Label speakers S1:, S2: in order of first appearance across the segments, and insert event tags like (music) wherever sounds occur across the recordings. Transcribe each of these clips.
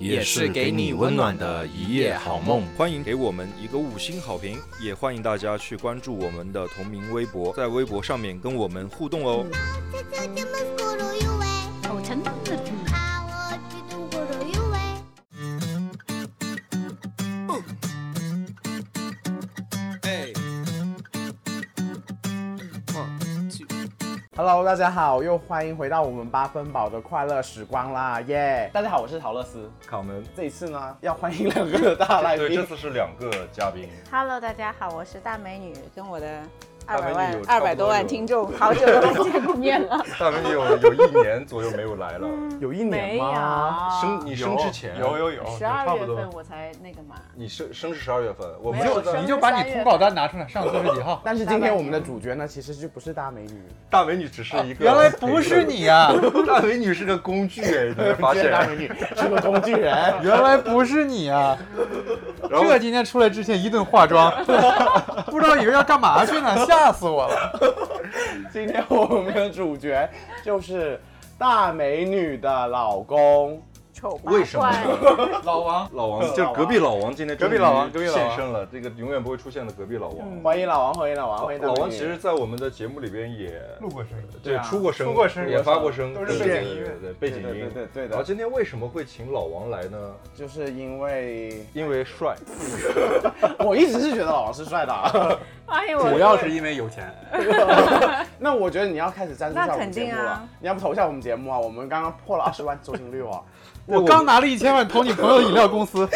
S1: 也
S2: 是给你温暖的一夜好梦。
S3: 欢迎给我们一个五星好评，也欢迎大家去关注我们的同名微博，在微博上面跟我们互动哦。
S4: 哦，真的
S5: 嗯
S6: 哎，
S2: Hello，大家好，又欢迎回到我们八分饱的快乐时光啦，耶、大家好，我是陶乐斯。
S3: 卡门，
S2: 这一次呢，要欢迎两个大来
S3: 对，
S2: (laughs)
S3: 这
S2: 宾，
S3: 次是两个嘉 (laughs) 宾，
S5: Hello，大家好，我是大美女，跟我的
S3: 大
S5: 二
S3: 美
S5: 百
S3: 女有
S5: 万、
S3: 差
S5: 二
S3: 不多有
S5: 百多万听众，好久都没见过面了。
S3: 大美有有一年左右没有来了，
S2: 有一年吗？
S3: 生哦你生之前
S1: 有有有，
S5: 十二月份我才那个嘛，
S3: 你生生是十二月份，我
S5: 没
S3: 们
S5: 有
S3: 是在
S5: 你就把你通
S2: 哦
S5: 告单
S2: 但是今天我们的主角呢，其实就不是大美女，
S3: 大美女只是一个，原来不是你啊， (laughs) 大美女是个工具哎，你没发
S2: 不是
S3: 现？
S2: 大美女是个工具人。
S7: (laughs) 原来不是你啊！
S3: 然后
S7: 这今天出来之前一顿化妆， (laughs) 不知道以为要干嘛去呢，吓死我了！
S2: 今天我们的主角就是大美女的老公，
S5: 丑八怪。
S3: 为什么呢？
S7: (laughs) 老王，
S3: 老王就是隔壁老王今天终于
S2: 隔壁老王隔壁老王
S3: 现身了，这个永远不会出现的隔壁老王。
S7: 嗯
S2: 欢迎老王，欢迎老王，欢迎大
S3: 老
S2: 美女。
S3: 王其实，在我们的节目里边也
S7: 录过声音，
S3: 对
S2: 啊
S3: 出过声，
S7: 出过声
S3: 也发过声，
S7: 都是
S3: 对
S7: 背景音
S3: 对
S7: 乐
S3: 对对背景
S2: 对对
S3: 音，
S2: 对对对的
S3: 然后今天为什么会请老王来呢？
S2: 就是因为 (laughs)
S3: 因为帅，
S2: 我一直是觉得老王是帅的啊，
S5: 哎呦，
S7: 主要是因为有钱。
S2: 那我觉得你要开始赞助一下我
S5: 那
S2: 们
S5: 肯
S2: 节
S5: 定
S2: 目
S5: 啊
S2: 了，你要不投一下我们节目啊？我们刚刚破了二十万收听率哦。
S7: 我刚拿了一千万投你朋友的饮料公
S2: (laughs)
S7: 司，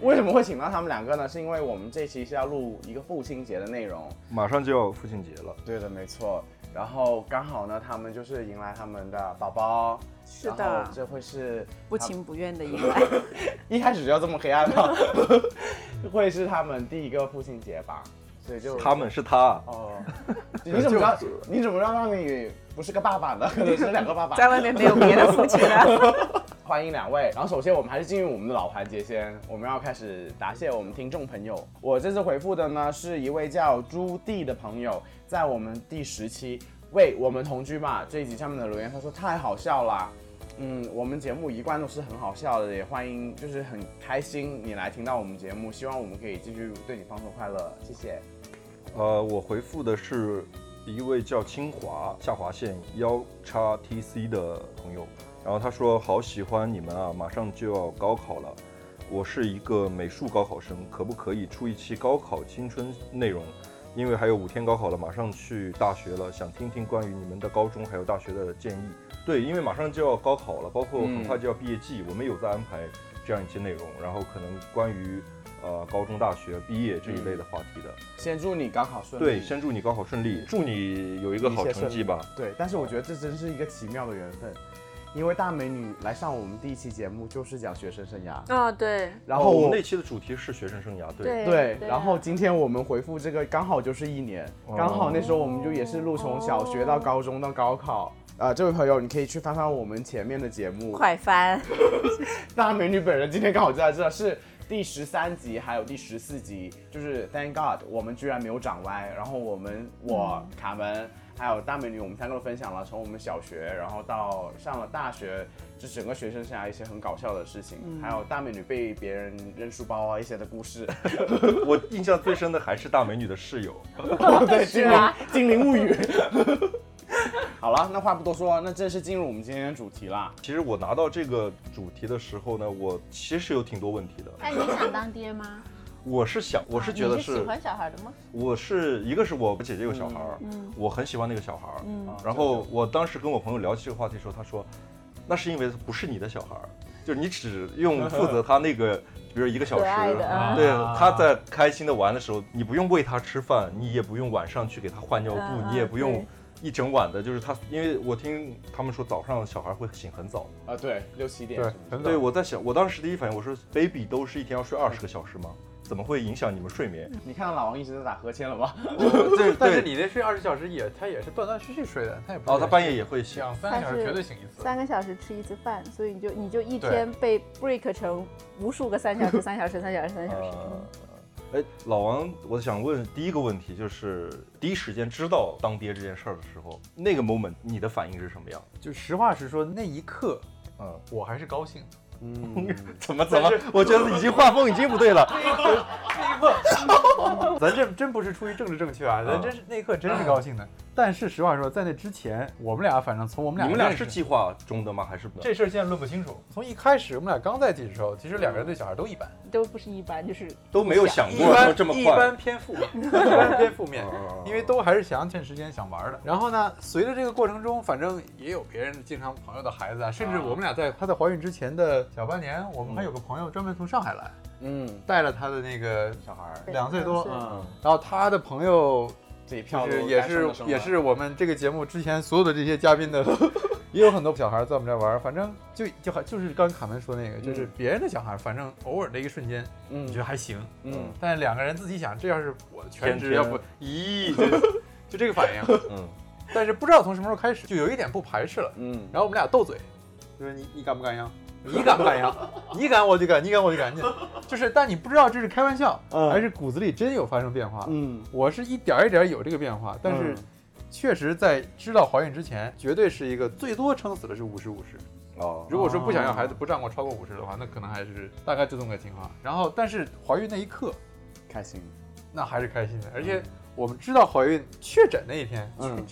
S2: 为什么会请到他们两个呢？是因为我们这期是要录一个父亲节的内容。
S3: 马上就要父亲节了，
S2: 对的，没错。然后刚好呢，他们就是迎来他们的宝宝。
S5: 是
S2: 然
S5: 的
S2: 后，这会是
S5: 不情不愿的迎来。
S2: 一开始就要这么黑暗吗？ (laughs) 会是他们第一个父亲节吧？所以就
S3: 他们是他，啊
S2: 哦，你怎么知道？你怎么知道让你不是个爸爸呢？可能是两个爸
S5: (laughs) (laughs)
S2: 爸。
S5: 在外面没有别的父亲了。
S2: 欢迎两位。然后首先我们还是进入我们的老环节先，我们要开始答谢我们听众朋友。我这次回复的呢是一位叫朱棣的朋友，在我们第十期《喂我们同居吧》这一集上面的留言，他说太好笑啦。嗯，我们节目一贯都是很好笑的，也欢迎，就是很开心你来听到我们节目，希望我们可以继续对你放松快乐，谢谢。
S3: 呃，我回复的是一位叫清华下划线幺叉 T C 的朋友，然后他说好喜欢你们啊，马上就要高考了，我是一个美术高考生，可不可以出一期高考青春内容？因为还有五天高考了，马上去大学了，想听听关于你们的高中还有大学的建议。对，因为马上就要高考了，包括很快就要毕业季，我们有在安排这样一些内容，然后可能关于呃高中、大学、毕业这一类的话题的。
S2: 先祝你高考顺利。
S3: 对，先祝你高考顺利，祝你有一个好成绩吧。
S2: 对，但是我觉得这真是一个奇妙的缘分，因为大美女来上我们第一期节目就是讲学生生涯，
S5: (laughs) 哦，对
S2: 然
S3: 哦
S2: 后
S3: 我
S2: 我
S3: 们那期的主题是学生生涯，对，
S2: 对，然后今天我们回复这个刚好就是一年，刚好那时候我们就也是录从小学到高中到高考。呃，这位朋友，你可以去翻翻我们前面的节目，
S5: 快翻！
S2: 大美女本人今天刚好就在这，是第十三集还有第十四集，就是 Thank God 我们居然没有长歪，然后我们我、卡门还有大美女，我们三个都分享了从我们小学，然后到上了大学，就整个学生生涯一些很搞笑的事情，还有大美女被别人扔书包啊一些的故事。
S3: 我印象最深的还是大美女的室友。 (laughs)
S2: 对，精灵精灵物语。好了，那话不多说，那正式进入我们今天的主题啦。
S3: 其实我拿到这个主题的时候呢，我其实有挺多问题的。
S4: 哎，你想当爹吗？
S3: 我是想，我是觉得
S5: 啊你
S3: 是，
S5: 喜欢嗯小孩的吗？
S3: 我是一个是我姐姐有小孩儿，我很喜欢那个小孩儿，
S5: 嗯
S2: 啊
S3: 然后我当时跟我朋友聊起这个话题的时候，他说，那是因为不是你的小孩儿，就是你只用负责他那个，
S5: (laughs)
S3: 比如一个小时
S5: 可爱的啊，
S3: 对，他在开心的玩的时候，你不用喂他吃饭，你也不用晚上去给他换尿布，
S5: 嗯嗯
S3: 你也不用
S5: 对
S3: 一整晚的，就是他，因为我听他们说早上小孩会醒很早，
S2: 啊，对，六七点。
S7: 对
S2: 是不是，
S7: 很
S3: 对我在想，我当时第一反应我说，baby 都是一天要睡二十个小时吗？怎么会影响你们睡眠？
S2: 你看到老王一直在打呵欠了吗？
S3: 对
S7: 但是
S3: 对，
S7: 你那睡二十小时也，他也是断断续续睡的，他也不是
S3: 哦，他半夜也会醒。
S7: 两三个小时绝对醒一次。
S5: 三个小时吃一次饭，所以你就你就一
S7: 对
S5: 天被 break 成无数个三小时、三小时、三小时、
S3: (laughs)
S5: 三小时。
S3: 呃，哎，老王，我想问第一个问题就是，第一时间知道当爹这件事儿的时候，那个 moment 你的反应是什
S7: (laughs)
S3: 么样？
S7: 就实话实说，那一刻
S3: 嗯，
S7: 我还是高兴的。
S2: 嗯，
S3: 怎么怎么？我觉得已经画风已经不对
S7: (laughs)
S3: 了。
S7: 那一刻，咱这真不是出于政治正确啊，咱真是那一刻真是高兴的。但是实话实说，在那之前，我们俩反正从我们俩
S3: 你们俩
S7: 认识
S3: 是计划中的吗？还是不？
S7: 这事儿现在论不清楚。从一开始我们俩刚在一起的时候，其实两个人对小孩都一般，
S5: 都不是一般，就是
S3: 都没有想
S7: 一
S3: 过说
S7: 般
S3: 这么
S7: 一
S3: 快。
S7: 般偏负
S3: (laughs)
S7: 面，一般偏负面。
S3: 嗯
S7: 因为都还是想趁时间想玩的。然后呢，随着这个过程中，反正也有别人经常朋友的孩子啊，甚至我们俩在她在怀孕之前的小半年，我们还有个朋友专门从上海来，
S2: 嗯
S7: 带了他的那个小孩儿
S5: 对
S7: 两岁
S5: 两，
S7: 多
S5: 岁
S2: 嗯，
S7: 然后他的朋友
S2: 这一
S7: 就
S2: 票
S7: 是
S2: 都
S7: 也
S2: 该
S7: 是
S2: 生的生
S7: 也
S2: 了
S7: 是我们这个节目之前所有的这些嘉宾的。也有很多小孩在我们这儿玩儿，反正就就好，就是刚卡门说那个，就是
S2: 嗯
S7: 别人的小孩儿，反正偶尔的一个瞬间，你觉得
S2: 嗯
S7: 还行，
S2: 嗯，
S7: 但是两个人自己想，这要是我的全职，
S3: 天天
S7: 要不咦，就就这个反应。
S3: 嗯，
S7: (laughs) 但是不知道从什么时候开始，就有一点不排斥了。
S2: 嗯，
S7: 然后我们俩斗嘴，就是你你敢不敢呀？你敢不敢呀？你敢我就敢，你敢我就敢，你就是，但你不知道这是开玩笑，
S2: 嗯
S7: 还是骨子里真有发生变化。
S2: 嗯，
S7: 我是一点儿一点儿有这个变化，但是确实在知道怀孕之前，绝对是一个最多撑死了是五十五十。
S3: 哦，
S7: 如果说不想要孩子，不占过超过五十的话，那可能还是大概就这么个情况。然后，但是怀孕那一刻，
S2: 开心，
S7: 那还是开心的。而且我们知道怀孕确诊那一天，
S2: 嗯，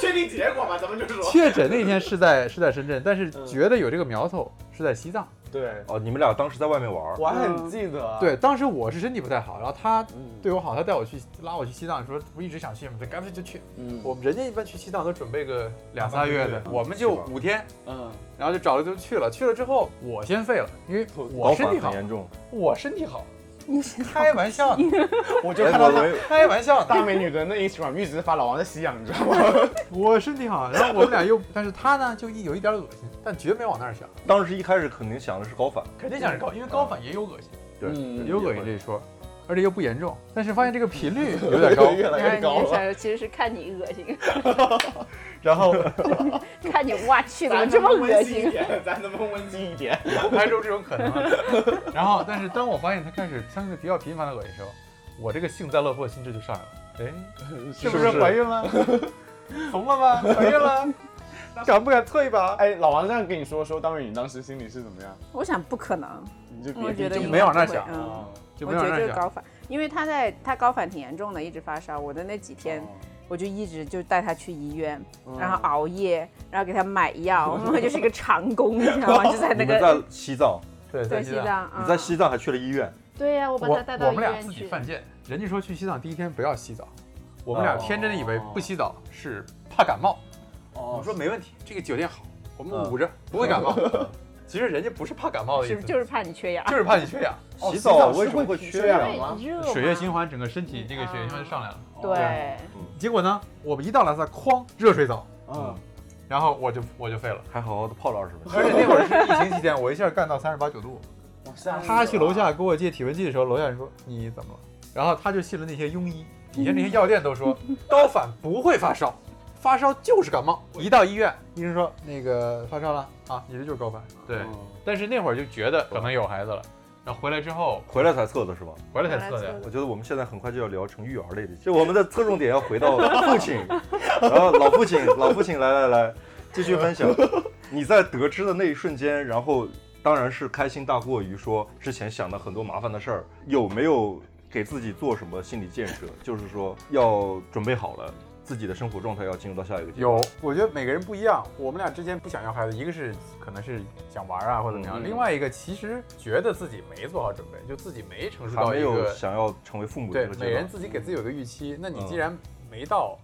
S2: 确定结果吧，咱们就说，
S7: 确诊那一天是在是在深圳，但是觉得有这个苗头是在西藏。
S2: 对，嗯
S3: 哦，你们俩当时在外面玩儿，
S2: 我还很记得，
S7: 对，当时我是身体不太好，然后他
S2: 嗯，
S7: 对我好，他带我去拉我去西藏，说不一直想去吗？干脆就去。
S2: 嗯，
S7: 我们人家一般去西藏都准备个两仨月的，我们就
S3: 去吧
S7: 五天，
S2: 嗯
S7: 然后就找了就去了。去了之后我先废了，因为我
S3: 高
S7: 身
S3: 反
S7: 体
S3: 很
S7: 好，
S3: 严重。
S7: 我身体好，
S5: 你是
S7: 开玩笑呢，我就
S3: 哎
S7: 看到
S3: 我
S7: 他
S3: 我
S7: 开玩笑呢，
S2: 大美女的那 Instagram 一直发老王在吸氧，你知道吗？
S7: 我身体 (laughs) 好，然后我们俩又，但是他呢就一有一点恶心，但绝没往那儿想，
S3: 当时一开始肯定想的是高反，
S7: 肯定想着高，因为高反也有恶心，
S3: 对，
S2: 嗯
S7: 有恶心这一说，而且又不严重，但是发现这个频率有点 (laughs) 高，
S2: 越来越
S5: 然后
S2: 高
S5: 你就
S2: 了，
S5: 想，其实是看你恶心，
S7: 然后
S5: 看你哇去怎么这么恶心？
S2: 点？咱能不能温馨一 (laughs) 点？
S7: 不排除这种可能啊。 (laughs) 然后，但是当我发现他开始相对比较频繁的恶心的时候，我这个幸灾乐祸心智就上来了， (laughs) 哎，是不是怀孕 (laughs) 了？怂了吧？怀孕 (laughs) 了？敢不敢退一把？
S2: 哎，老王这样跟你说说，大美女当时心里是怎么样？
S5: 我想不可能，
S2: 你就别
S5: 我觉得
S7: 就
S5: 应该
S7: 没往那儿
S5: 不会
S7: 想
S5: 嗯，
S2: 哦
S7: 就
S5: 我
S7: 没
S5: 觉得
S7: 有让
S5: 这
S7: 人
S5: 个
S7: 想。
S5: 高反，因为他在他高反挺严重的，一直发烧。我的那几天，
S2: 哦
S5: 我就一直就带他去医院，
S2: 嗯
S5: 然后熬夜，然后给他买药，我就是一个长工，你知道吗？就在
S3: 你们
S5: 那个
S3: 在西藏，
S7: 对，
S5: 对
S7: 在
S5: 西
S7: 西藏。
S5: 藏，
S3: 你
S5: 嗯
S3: 在西藏还去了医院，
S4: 对呀、我把
S7: 我
S4: 他带到
S7: 我
S4: 医
S7: 们俩
S4: 院
S7: 自己
S4: 去。
S7: 犯贱，人家说去西藏第一天不要洗澡，我们俩天真的以为不洗澡是怕感冒。我
S2: 哦
S7: 们，说没问题，这个酒店好，我们捂着不会 (laughs) 感冒。其实人家不是怕感冒的意
S5: 是
S7: 思，
S5: 不是就是怕你缺氧？
S7: 就是怕
S5: (laughs)
S7: 你缺氧，
S3: 洗
S2: 西
S3: 澡
S2: 藏是
S3: 为什么
S2: 会
S3: 会
S2: 缺
S3: 缺
S2: 氧
S3: 氧？啊
S2: 对吗
S5: 热
S7: 血液循
S5: 嘛
S7: 环，整个身
S5: 嗯
S7: 体这个血液循环就上来了。
S5: 对，
S7: 嗯结果呢，我们一到拉萨，哐，热水澡，
S2: 嗯，
S7: 然后我就我就废
S5: (laughs)
S7: 了。
S3: 还好好的泡了二十分钟。
S7: 而且那会儿是疫情期间，我一下干到三十八九度。
S2: 哇吓死
S7: 他去
S2: 我
S7: 楼下给我借体温计的时候，楼下人说你怎么了？然后他就信了那些庸医，底下那些药店都说高反不会发烧，发烧就是感冒。一到医院，医生说那个发烧了啊，你这就是高反。对
S2: 了，嗯
S7: 但是那会儿就觉得可能有孩子了，然后回来之后
S3: 回来才测的是吧？
S7: 回来才测的。
S3: 我觉得我们现在很快就要聊成育儿类的，就我们的侧重点要回
S7: (laughs)
S3: 到父亲，然后老父亲，老父亲，来来来，继续分享。你在得知的那一瞬间，然后当然是开心大过于说之前想的很多麻烦的事儿，有没有给自己做什么心理建设？就是说要准备好了，自己的生活状态要进入到下一个阶段。
S7: 有，我觉得每个人不一样。我们俩之间不想要孩子，一个是可能是想玩啊或者怎么样，
S2: 嗯
S7: 另外一个其实觉得自己没做好准备，就自己没成熟
S3: 还
S7: 到
S3: 没
S7: 一
S3: 有
S7: 个
S3: 想要成为父母的
S7: 对
S3: 这个，
S7: 每
S3: 阶
S7: 人
S3: 段。
S7: 自己给自己有个预期。那
S2: 嗯
S7: 你既然没到，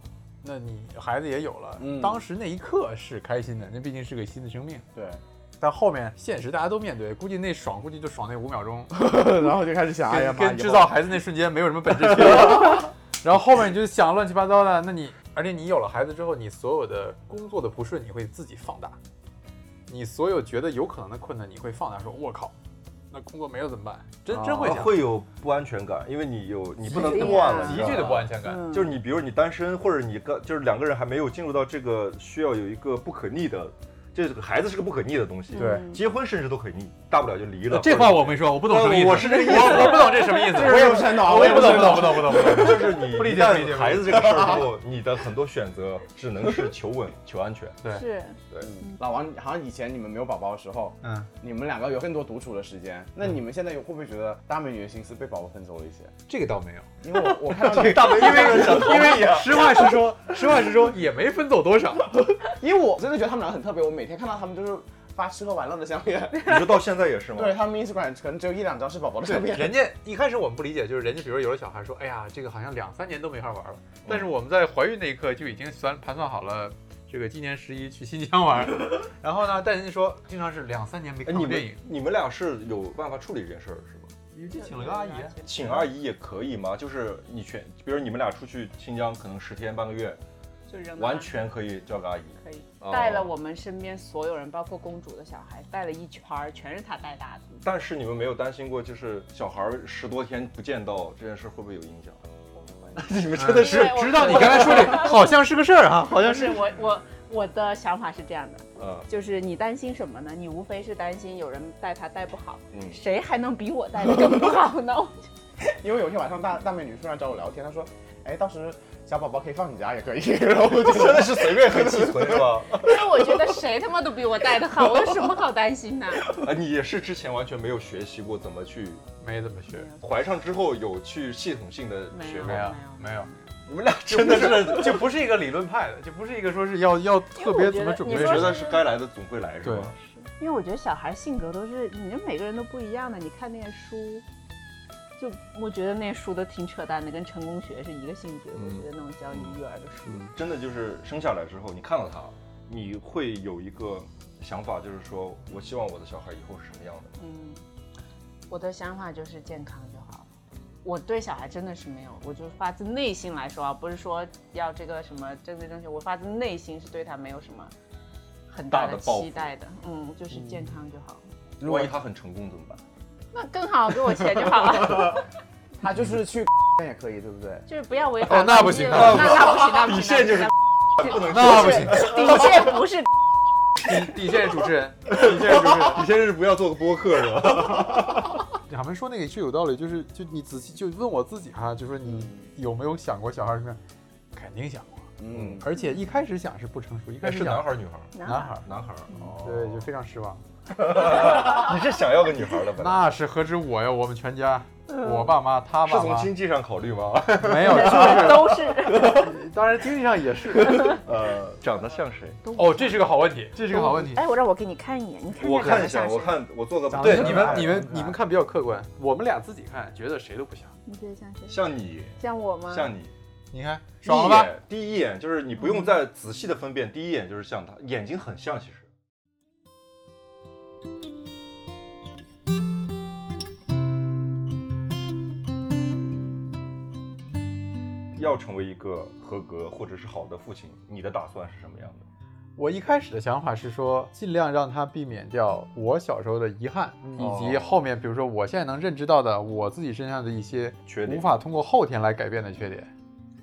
S7: 那你孩子也有了，
S2: 嗯
S7: 当时那一刻是开心的，那毕竟是个新的生命。
S2: 对，
S7: 但后面现实大家都面对，估计那爽估计就爽那五秒钟，
S2: (laughs) 然后就开始想，哎呀
S7: 跟
S2: 妈，
S7: 跟
S2: 以
S7: 制
S2: 后
S7: 造孩子那瞬间没有什么本质
S2: (laughs)
S7: 区别。 (laughs) 然后后面你就想乱七八糟的，那你而且你有了孩子之后，你所有的工作的不顺你会自己放大，你所有觉得有可能的困难你会放大，说我靠，那工作没有怎么办？真
S2: 哦
S7: 真会
S3: 啊
S7: 想，
S3: 会有不安全感，因为你有你不能
S5: 对呀
S3: 断了，
S7: 急
S3: 你知道
S7: 剧
S3: 吗
S7: 的不安全感。
S5: 嗯
S3: 就是你，比如你单身，或者你刚就是两个人还没有进入到这个需要有一个不可逆的，这个孩子是个不可逆的东西。
S5: 嗯
S7: 对呃
S3: 结婚甚至都可逆，大不了就离了。
S7: 这话我没说，我不懂什么意思。
S3: 呃我是这个意思
S7: 我我不懂这什么意思，我也
S2: 不是很懂啊
S7: 我也
S2: 我也
S7: 不
S2: 不
S7: 懂，
S2: 是
S7: 不
S2: 很
S7: 懂，
S2: 懂
S7: 不懂，不懂，不懂。
S3: 或者就是你
S7: 不理
S3: 一
S7: 解不
S3: 旦
S7: 理解
S3: 有孩子这个事儿之后，你的很多选择只能是求稳、求安
S7: (laughs)
S3: 全。
S5: 是
S2: 老王，好像以前你们没有宝宝的时候，
S7: 嗯，
S2: 你们两个有更多独处的时间。那你们现在有会不会觉得大美女的心思被宝宝分走了一些？
S7: 这个倒没有。
S2: 因为我我看到你，
S3: 大为因为
S7: (laughs) 因为实话实说，实话实说也没分走多少。
S2: 因为我真的觉得他们两个很特别，我每天看到他们就是发吃喝玩乐的相片，
S3: 你说到现在也是吗？
S2: 对他们 Instagram 可能只有一两张是宝宝的
S7: 对
S2: 照，片。
S7: (laughs) 人家一开始我们不理解，就是人家比如有了小孩，说哎呀，这个好像两三年都没法玩了。但是我们在怀孕那一刻就已经算盘算好了，这个今年十一去新疆玩。 (laughs) 然后呢，但人家说经常是两三年没
S3: 哎，
S7: 看
S3: 你
S7: 过电
S3: 们
S7: 影，
S3: 你们俩是有办法处理这件事儿是吧？
S7: 你就请了个阿姨。啊
S3: 请阿姨也可以吗？就是你全，比如你们俩出去新疆，可能十天半个月，
S5: 就扔了
S3: 完全可以叫个阿姨。
S5: 可以
S3: 哦
S5: 带了我们身边所有人，包括公主的小孩，带了一圈儿，全是他带大的。
S3: 但是你们没有担心过，就是小孩儿十多天不见到这件事会不会有影响？你们真的是，
S5: 对我
S7: 知道你刚才
S5: (laughs)
S7: 说的好像是个事儿啊，好像
S5: 不是我我我的想法是这样的，
S3: 嗯
S5: 就是你担心什么呢？你无非是担心有人带他带不好，
S7: (laughs)
S3: 嗯
S5: 谁还能比我带的更不好 (laughs) 呢？
S2: 因为有一天晚上大大美女突然找我聊天，她说，哎，到时小宝宝可以放你家也可以。 (laughs) 然后我就
S3: 真的是随便很气存是吧？ (laughs)
S5: 因为我觉得谁他妈都比我带的好，我有什么好担心呢？
S3: 啊，你也是之前完全没有学习过怎么去
S7: 没怎么学，
S3: 怀上之后有去系统性的
S5: 没
S3: 学
S5: 有
S3: 过
S7: 没
S3: 吗？
S7: 有没有，
S3: 你们俩 (laughs) 真的是，
S7: (laughs) 这不是一个理论派的，就不是一个说是要要特别怎么准备
S5: 因
S3: 你
S5: 为我
S3: 觉
S7: 的。
S3: 得是该来的总会来是吧？
S5: (laughs) 因为我觉得小孩性格都是，你这每个人都不一样的。你看那些书，就我觉得那些书都挺扯淡的，跟成功学是一个性质。我觉得那种教你育儿的书，
S3: 嗯，真的就是生下来之后，你看到他，你会有一个想法，就是说我希望我的小孩以后是什么样的。
S5: 嗯，我的想法就是健康就好了。我对小孩真的是没有，我就是发自内心来说啊，不是说要这个什么正对正确，我发自内心是对他没有什么很
S3: 大的
S5: 大的
S3: 抱
S5: 期
S3: 负
S5: 待的。嗯，就是健康就好了。
S3: 万一他很成功怎么办？ (laughs)
S5: 那更好，给我钱就好了， (laughs)
S2: 她就是 (laughs) 去也可以，对不对？
S5: 就是不要违法。
S7: 哦那不行
S5: 那
S7: 那
S5: 那不行，那不行，
S3: 底线就是
S5: 那
S3: 不能
S7: 那不行，
S5: 底线不是
S7: 底线主持人，
S3: 你现在就是你现在是不要做个播客是吧？
S7: 亚门说那个是有道理，就是就你仔细就问我自己哈、就说你有没有想过小孩儿什么样？肯定想过，
S2: 嗯，
S7: 而且一开始想是不成熟，一开
S3: 哎
S7: 始
S3: 是男
S7: 想
S3: 孩儿女孩儿？
S7: 男孩儿，
S3: 男孩儿。哦
S7: 对，就非常失望。
S3: (laughs) 你是想要个女孩的本来？
S7: 那是何止我呀，我们全家，我爸妈，他
S3: 是
S7: 爸
S3: 从
S7: 妈，
S3: 经济上考虑吗？
S7: 没有，
S5: 都是
S7: 就是 (laughs) 当然经济上也是。
S3: 呃，长得像谁？
S7: 哦，这是个好问题，这是个好问题。
S5: 哎，我让我给你看一眼，你看
S3: 我看一
S5: 一
S3: 下，
S5: 下，
S3: 我，看我做个
S2: 长得
S7: 对
S2: 像
S7: 你
S2: 哎
S7: 们，你
S2: 哎
S7: 们，你们看比较客观，我们俩自己看，觉得谁都不像。
S5: 你觉得像谁？
S3: 像你，
S5: 像我吗？
S3: 像你，
S7: 你看，
S3: 第一
S7: 爽了吧？
S3: 眼，第一眼就是你不用再仔细的分辨，第一眼就是像他，眼睛很像，其实。要成为一个合格或者是好的父亲，你的打算是什么样的？
S7: 我一开始的想法是说，尽量让他避免掉我小时候的遗憾，以及嗯哦后面比如说我现在能认知到的我自己身上的一些
S3: 缺点
S7: 无法通过后天来改变的缺点。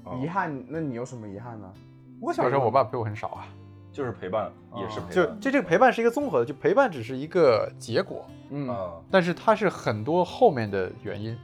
S3: 哦
S2: 遗憾，那你有什么遗憾呢？
S7: 我小时候我爸陪我很少啊，嗯
S3: 就是陪伴，也是
S2: 哦
S3: 陪
S7: 就
S3: 伴。
S7: 这这个陪伴是一个综合的，就陪伴只是一个结果，
S2: 嗯，
S3: 啊，
S7: 但是它是很多后面的原因。
S3: 嗯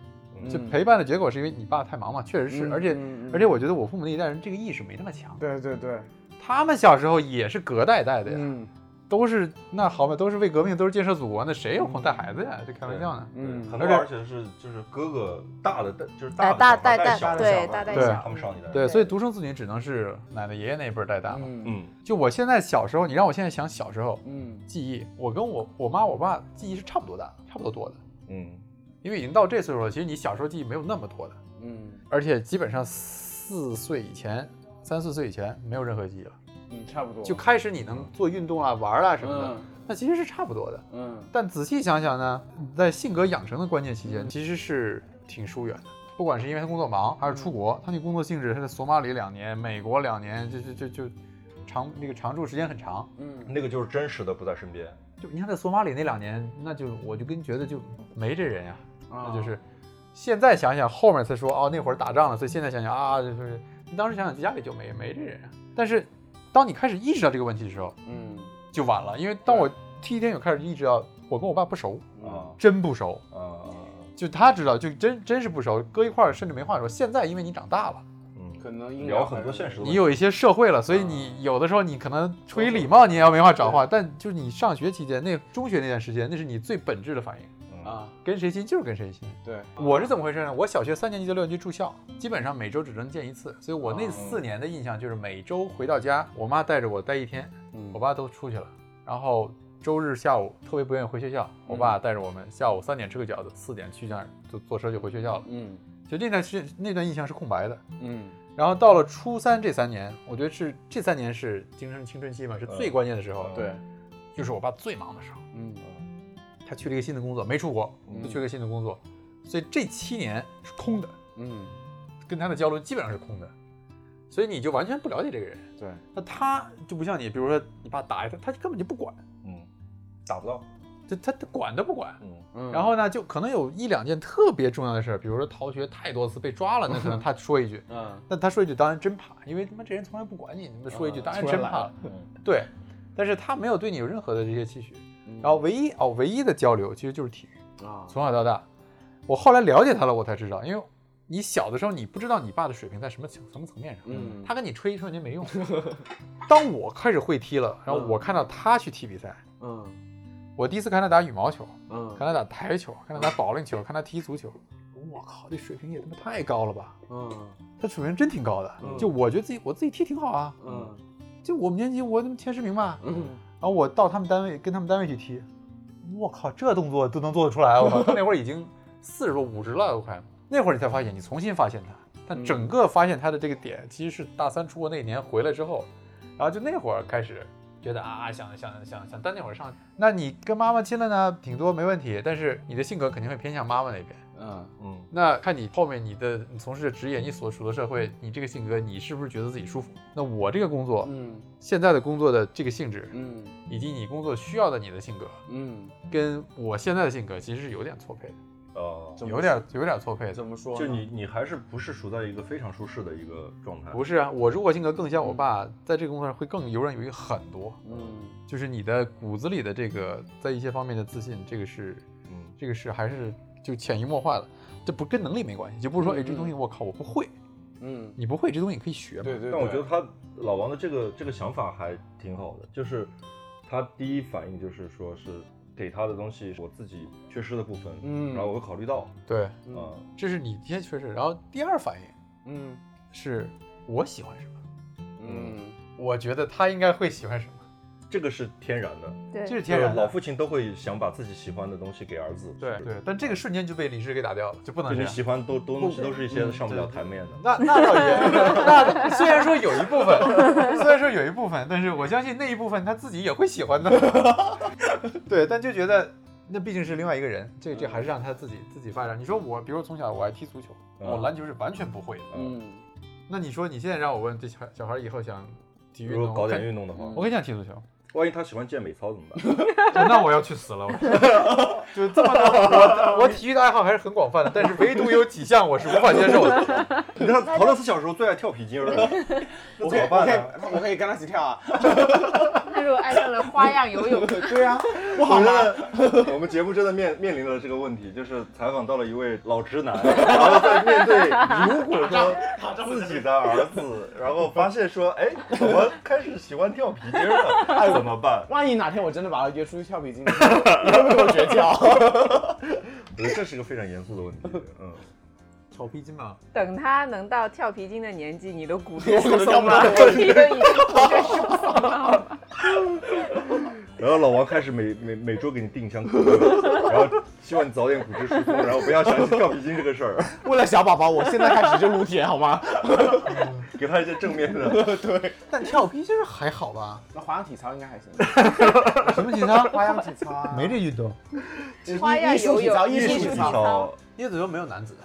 S7: 就陪伴的结果是因为你爸太忙嘛，确实是，
S2: 嗯
S7: 而且
S2: 嗯嗯
S7: 而且我觉得我父母那一代人这个意识没那么强，
S2: 对对对，
S7: 他们小时候也是隔代带的呀，
S2: 嗯
S7: 都是那好嘛，都是为革命，都是建设祖国，那谁有空带孩子呀？这开玩笑呢。
S3: 很
S2: 嗯，
S3: 多
S7: 而且
S3: 而且是就是哥哥大的带就是
S5: 哎
S3: 大
S5: 大
S3: 的小孩带小
S5: 带带
S3: 的
S5: 对
S3: 小孩
S5: 大带
S7: 对小
S3: 他们上一代，
S7: 对，所以独生子女只能是奶奶、爷爷那一辈儿带大嘛。
S2: 嗯
S3: 嗯，
S7: 就我现在小时候，你让我现在想小时候
S2: 嗯
S7: 记忆，我跟我我妈我爸记忆是差不多大，差不多多的。
S3: 嗯，
S7: 因为已经到这岁数了，其实你小时候记忆没有那么多的，
S2: 嗯
S7: 而且基本上四岁以前、三四岁以前没有任何记忆了，
S2: 嗯，差不多，
S7: 就开始你能做运动啊、玩啊什么的
S2: 嗯，
S7: 那其实是差不多的。
S2: 嗯
S7: 但仔细想想呢，在性格养成的关键期间，其实是挺疏远的。不管是因为他工作忙，还是出国，他那工作性质，他在索马里两年，美国两年，就就就就长那个常住时间很长。
S2: 嗯
S3: 那个就是真实的不在身边，
S7: 就你看在索马里那两年，那就我就跟觉得就没这人呀、
S2: 啊
S7: 那就是现在想想后面才说哦那会儿打仗了，所以现在想想啊就是你当时想想家里就没没这人啊。但是当你开始意识到这个问题的时候，
S2: 嗯
S7: 就晚了，因为当我第一天有开始意识到我跟我爸不熟，
S2: 嗯哦
S3: 啊
S7: 真不熟，
S3: 啊啊，
S7: 就他知道就真真是不熟，搁一块儿甚至没话说。现在因为你长大了。
S3: 嗯，
S2: 可能
S3: 聊很多现实的
S7: 你
S3: 问题，
S7: 有一些社会了，所以你有的时候你可能出于礼貌，你也要没话找话。但就是你上学期间，那中学那段时间，那是你最本质的反应，
S3: 嗯
S2: 啊，
S7: 跟谁亲就是跟谁亲。
S2: 对，
S7: 我是怎么回事呢？我小学三年级到六年级住校，基本上每周只能见一次，所以我那四年的印象就是每周回到家，我妈带着我待一天，
S2: 嗯
S7: 我爸都出去了，然后周日下午特别不愿意回学校，我爸带着我们下午三点吃个饺子，四点去那儿就坐车就回学校了。
S2: 嗯
S7: 就那段时那段印象是空白的，
S2: 嗯
S7: 然后到了初三这三年，我觉得是这三年是精神青春期嘛，是最关键的时
S3: 呃
S7: 候，
S2: 嗯对，
S7: 就是我爸最忙的时候。
S2: 嗯
S7: 他去了一个新的工作，没出国，
S2: 嗯
S7: 就去了一个新的工作，所以这七年是空的，
S2: 嗯
S7: 跟他的交流基本上是空的，所以你就完全不了解这个人。
S2: 对，
S7: 那他就不像你，比如说你爸打一他，他根本就不管，
S3: 嗯，打不到，
S7: 就他他管都不管。
S3: 嗯
S2: 嗯
S7: 然后呢，就可能有一两件特别重要的事儿，比如说逃学太多次被抓了，那可能他说一句，
S2: 嗯
S7: 那他说一句当然真怕，因为他妈这人从来不管你，那说一句
S2: 嗯
S7: 当然
S2: 突
S7: 真
S2: 然来
S7: 怕
S2: 了
S7: 对，但是他没有对你有任何的这些期许，
S2: 嗯
S7: 然后唯一哦唯一的交流其实就是体育，
S2: 啊
S7: 从小到大，我后来了解他了，我才知道，因为你小的时候你不知道你爸的水平在什么层什么层面上，
S2: 嗯
S7: 他跟你吹一吹
S2: (laughs)
S7: 年没用。当我开始会踢了，然后
S2: 嗯
S7: 我看到他去踢比赛，
S2: 嗯
S7: 我第一次看他打羽毛球，看
S2: 嗯
S7: 他打台球，看他打保龄球，看他踢足球，我靠，这水平也他妈太高了吧！
S2: 嗯
S7: 他水平真挺高的，
S2: 嗯
S7: 就我觉得自己我自己踢挺好啊，
S2: 嗯
S7: 就我们年级我他妈前十名吧，
S2: 嗯
S7: 然后我到他们单位跟他们单位去踢，我靠，这动作都能做得出来！我靠，他那会儿已经四十多、五十了，都快。那会儿你才发现，你重新发现他，
S2: 嗯
S7: 但整个发现他的这个点，其实是大三出国那年回来之后，然后就那会儿开始觉得啊，想想想想，但那会儿上，那你跟妈妈亲了呢，挺多没问题，但是你的性格肯定会偏向妈妈那边。
S2: 嗯
S3: 嗯
S7: 那看你后面你的你从事的职业，你所处的社会，你这个性格，你是不是觉得自己舒服？那我这个工作，
S2: 嗯
S7: 现在的工作的这个性质，
S2: 嗯
S7: 以及你工作需要的你的性格，
S2: 嗯，
S7: 跟我现在的性格其实是有点错配的，
S3: 呃，
S2: 怎么
S7: 有点有点错配的
S2: 怎。么说呢？
S3: 就你你还是不是处在一个非常舒适的一个状态，
S7: 不是啊，我如果性格更像我爸，在这个工作上会更游刃有余很多。
S2: 嗯
S7: 就是你的骨子里的这个，在一些方面的自信，这个是，
S3: 嗯
S7: 这个是还是就潜移默化的，这不跟能力没关系，就不是说哎这东西我靠我不会，
S2: 嗯
S7: 你不会这东西你可以学嘛。
S2: 对对，
S3: 但我觉
S2: 对
S3: 得他老王的这个这个想法还挺好的，就是他第一反应就是说是给他的东西我自己缺失的部分，
S2: 嗯
S3: 然后我会考虑到，
S7: 对，
S3: 啊、
S7: 这是你先确实，然后第二反应
S2: 嗯
S7: 是我喜欢什么，
S2: 嗯
S7: 我觉得他应该会喜欢什么，
S3: 这个是天然的，
S4: 对
S7: 这是天然
S3: 就
S7: 的
S3: 是老父亲都会想把自己喜欢的东西给儿子，
S7: 对对，但这个瞬间就被理智给打掉了，就不能
S3: 就
S7: 这
S3: 你
S7: 样。
S3: 喜欢都都东西都是一些
S7: 嗯
S3: 上不了
S7: 对
S3: 台面的，
S7: 那那倒也，那虽然说有一部分，虽然说有一部分，但是我相信那一部分他自己也会喜欢的。 (laughs) 对，但就觉得那毕竟是另外一个人，这这还是让他自己自己发展。你说我，比如从小我爱踢足球，
S3: 嗯
S7: 我哦篮球是完全不会的。
S2: 嗯
S7: 那你说你现在让我问这小孩小孩以后想体育运
S3: 如果
S7: 动，
S3: 搞点运
S7: 动，
S3: 动的话，
S7: 我嗯很想踢足球。
S3: 万一他喜欢健美操怎么办？ (laughs)
S7: (laughs) 哦那我要去死了！我就这么 (laughs) 多，我我体育的爱好还是很广泛的，但是唯独有几项我是无法接受的。
S3: 你看陶乐斯小时候最爱跳皮筋儿了，那怎
S2: 我可以
S3: 么
S2: 我
S3: 办
S2: 可
S3: 呢？
S2: 以我可以跟他一起跳啊！
S5: 他如果爱上了花样 (laughs) 游泳，
S2: 对啊，
S3: 我好 (laughs) 像我们节目真的面面临了这个问题，就是采访到了一位老直男，然后在面对如果说自己的儿子，然后发现说，哎，怎么开始喜欢跳皮筋了？哎，怎么办？
S2: 万一哪天我真的把他约出去跳皮筋，你会不会跟我绝交？
S3: 我觉得这是个非常严肃的问题。嗯，
S7: 跳皮筋嘛，
S5: 等他能到跳皮筋的年纪，你都骨质疏
S2: 我都
S5: 松了
S2: 干，
S5: 你都已经骨质疏松了。
S3: 然后老王开始每每每周给你订一箱可乐，然后希望你早点骨质疏松，然后不要想起跳皮筋这个事儿，
S2: 为了小宝宝，我现在开始就撸铁好吗？
S3: 给他一些正面的。
S7: (laughs) 但跳皮筋儿还好吧？
S2: 那花样体操应该还行，
S7: 什么体操？ (laughs)
S2: 花样体操啊
S7: 没这运动，
S5: 花样游泳
S2: (laughs) 艺术体
S5: 艺术体
S2: 操。
S3: 操，
S7: 椰子球没有男子的，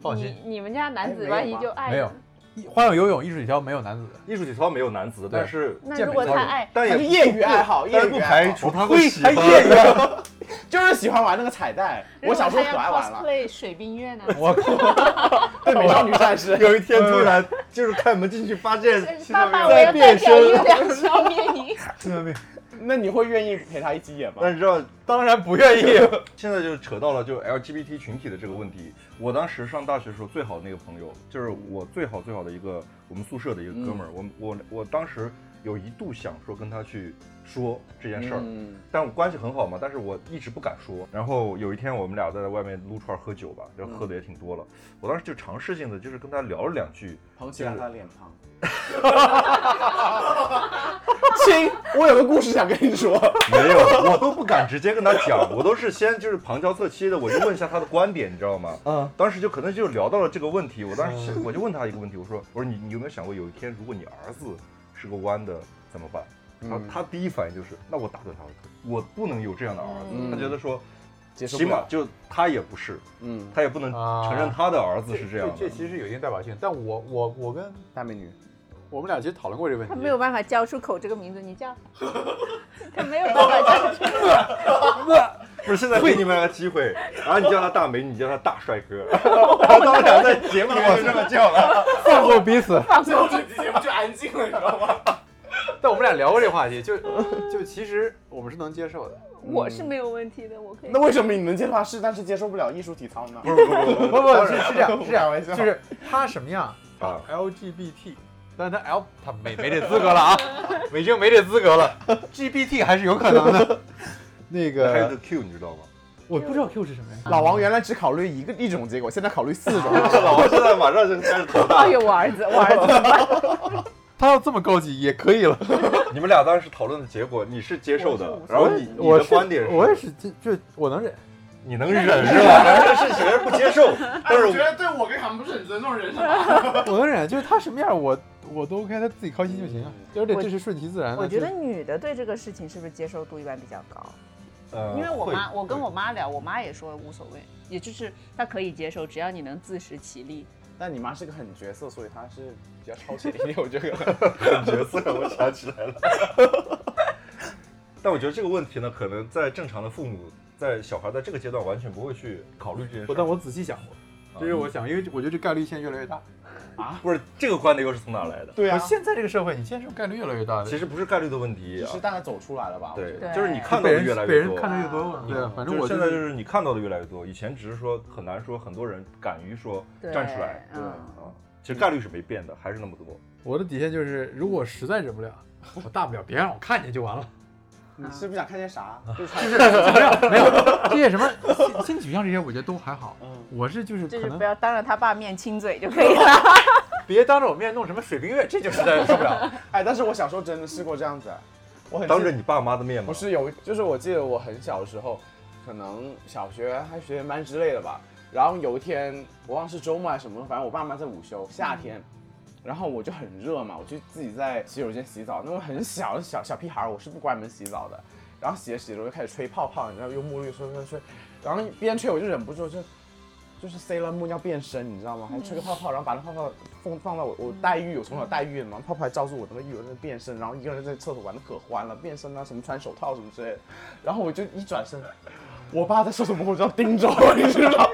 S7: 放
S5: 你
S7: 心，
S5: 你们家男子
S2: 哎
S5: 万
S2: 没
S5: 一
S2: 有吧
S5: 就爱
S7: 没有一花样游泳、艺术体操没有男子，
S3: 艺术体操没有男子，但是
S5: 那
S7: 健
S5: 如
S7: 美
S5: 果
S7: 操
S5: 他
S7: 有
S5: 爱，
S3: 但也
S2: 还是业余爱好，业
S3: 但
S2: 余
S3: 不
S2: 爱好
S3: 排除他会
S7: 会
S3: 喜
S7: 还
S3: 欢。
S7: 业余啊，
S2: 就是喜欢玩那个彩蛋。我小时候可爱玩了，
S4: cosplay 水冰月呢，
S7: 我靠，
S2: 对美少女战士。
S3: 有一天突然就是开门进去，发
S2: 哎
S3: 现其
S4: 爸
S3: 他
S4: 爸
S3: 人
S4: 我要
S3: 在
S4: 代
S3: 变
S4: 表月
S3: 身。
S4: 亮消灭你。
S7: 真的没有，
S2: 那你会愿意陪他一起演吗？
S3: 但你知道，
S7: 当然不愿意。
S3: 现在就扯到了就 LGBT 群体的这个问题。我当时上大学的时候，最好的那个朋友，就是我最好最好的一个我们宿舍的一个哥
S2: 嗯
S3: 们儿。我我我当时有一度想说跟他去说这件事儿，
S2: 嗯，
S3: 但我关系很好嘛，但是我一直不敢说。然后有一天我们俩在外面撸串喝酒吧，然后喝的也挺多了。
S2: 嗯
S3: 我当时就尝试性的就是跟他聊了两句，
S2: 捧起了他的脸庞。亲，我有个故事想跟你说。
S3: 没有， (laughs) 我都不敢直接跟他讲， (laughs) 我都是先就是旁敲侧击的，我就问一下他的观点，你知道吗？
S2: 嗯，
S3: 当时就可能就聊到了这个问题，我当时想我就问他一个问题，我说我说你你有没有想过有一天如果你儿子是个弯的怎么办？他
S2: 嗯
S3: 他第一反应就是那我打断他，我不能有这样的儿子
S2: 嗯。
S3: 他觉得说
S2: 结束
S3: 起
S2: 不
S3: 码
S2: 了。
S3: 就他也不是，
S2: 嗯，
S3: 他也不能
S7: 啊
S3: 承认他的儿子是这样的。
S7: 这其实有一定代表性，但我我我跟
S2: 大美女，
S7: 我们俩其实讨论过这个问题。
S4: 他没有办法叫出口这个名字，你叫，他没有办法叫出口。
S3: 不是现在给你们个机会，然后你叫他大美女，你叫他大帅 (laughs) 哥，然后他们俩在节目里面就这么叫了。
S7: 放过彼此。
S2: 最后这期节目就安静了，你知道吗？
S7: 但我们俩聊过这个话题，就就其实我们是能接受的。
S4: 我是没有问题的，我可以
S2: 那。为什么你能接受他是，但是接受不了艺术体操呢？
S3: 不是不是不
S7: (laughs) 不不是是这样是这
S2: 开
S7: 样，
S2: 玩笑
S7: 就是他什么样，他
S3: 啊
S7: LGBT，但是他 L 他没没这资格了啊，美正没这资格了，GBT 还是有可能的。 (laughs) 那
S3: 是，还有
S7: 个
S3: 个 Q 你知道吗？
S7: 我不知道 Q 是什么呀？
S2: 老王原来只考虑一个一种结果，现在考虑四种。
S3: 老王现在马上就开始头大
S4: 哎。呦，我儿子，我儿子，
S7: 他要这么高级也可以了。
S3: 你们俩当时讨论的结果，你是接受的，然后你你
S7: 我
S3: 的
S7: 是
S3: 观点
S7: 我也，是就就我能忍。
S3: 你能忍是吧？但是显然不接受，但是我
S2: 得对我跟他们不是很尊重人，是
S7: 我能忍，就是他什么样，我我都 OK，他自己开心就行
S3: 嗯
S7: 啊，而且这是顺其自然的。
S4: 我觉得
S7: 就
S4: 女的对这个事情是不是接受度一般比较高？
S3: 呃
S5: 因为我
S3: 会
S5: 妈，我跟我妈聊，我妈也说无所谓，也就是她可以接受，只要你能自食其力。
S2: (laughs) 但你妈是个狠角色，所以她是比较超前一点，我觉得。
S3: 很角色， (laughs) 我想起来了。但我觉得这个问题呢，可能在正常的父母，在小孩在这个阶段完全不会去考虑这件事
S7: 我
S3: 儿。
S7: 但我仔细想过，这是我想，因为我觉得这概率现在越来越大。
S3: 不是这个观点又是从哪来的？
S2: (laughs) 对啊
S7: 不是，现在这个社会，你现在这种概率越来越大的。
S3: 其实不是概率的问题
S2: 只
S3: 啊
S2: 是，大概走出来了吧？我觉
S3: 对
S2: 得，
S4: 对
S3: 就是你看到
S7: 被
S3: 的
S7: 人
S3: 越来
S7: 被
S3: 越
S7: 人
S3: 多，
S7: 看得越多，对，啊反正
S3: 就
S7: 我
S3: 是现在就是是你看到的越来越多，以前只是说很难说，很多人敢于说
S5: 对
S3: 站出来，
S5: 嗯，
S3: 啊，其实概率是没变的，还是那么
S7: (laughs)
S3: 多。
S7: 我的底线就是，如果实在忍不了，我大不了别让我看见就完了。
S2: 你是不是想看见啥？就是
S7: (laughs)
S2: (laughs)
S7: 没有这些什么性性取向这些，我觉得都还好。我是就是
S4: 就
S7: 可
S4: 是不
S7: 能
S4: 要当着他爸面亲嘴就可以 (laughs) 了。
S7: 别当着我面弄什么水冰月，这就实在受不了。
S2: 哎，但是我小时候真的试过这样子，我很
S3: 当
S2: 记
S3: 着你爸妈的面吗？
S2: 不是有，就是我记得我很小的时候，可能小学还学前班之类的吧。然后有一天，我忘了是周末还是什么，反正我爸妈在午休，夏天，然后我就很热嘛，我就自己在洗手间洗澡。那我很小小小屁孩儿，我是不关门洗澡的。然后洗着洗着我就开始吹泡泡，你知道，用沐浴露吹吹吹，然后边吹我就忍不住就。就是 C 了木要变身，你知道吗？
S4: 嗯
S2: 还吹个泡泡，然后把那泡泡放放到我我带浴，我从小带浴嘛，泡泡还罩住我那个浴，我在那变身，然后一个人在厕所玩的可欢了，变身啊什么穿手套什么之类的，然后我就一转身，我爸在说什么我就要盯着我，你知道吗？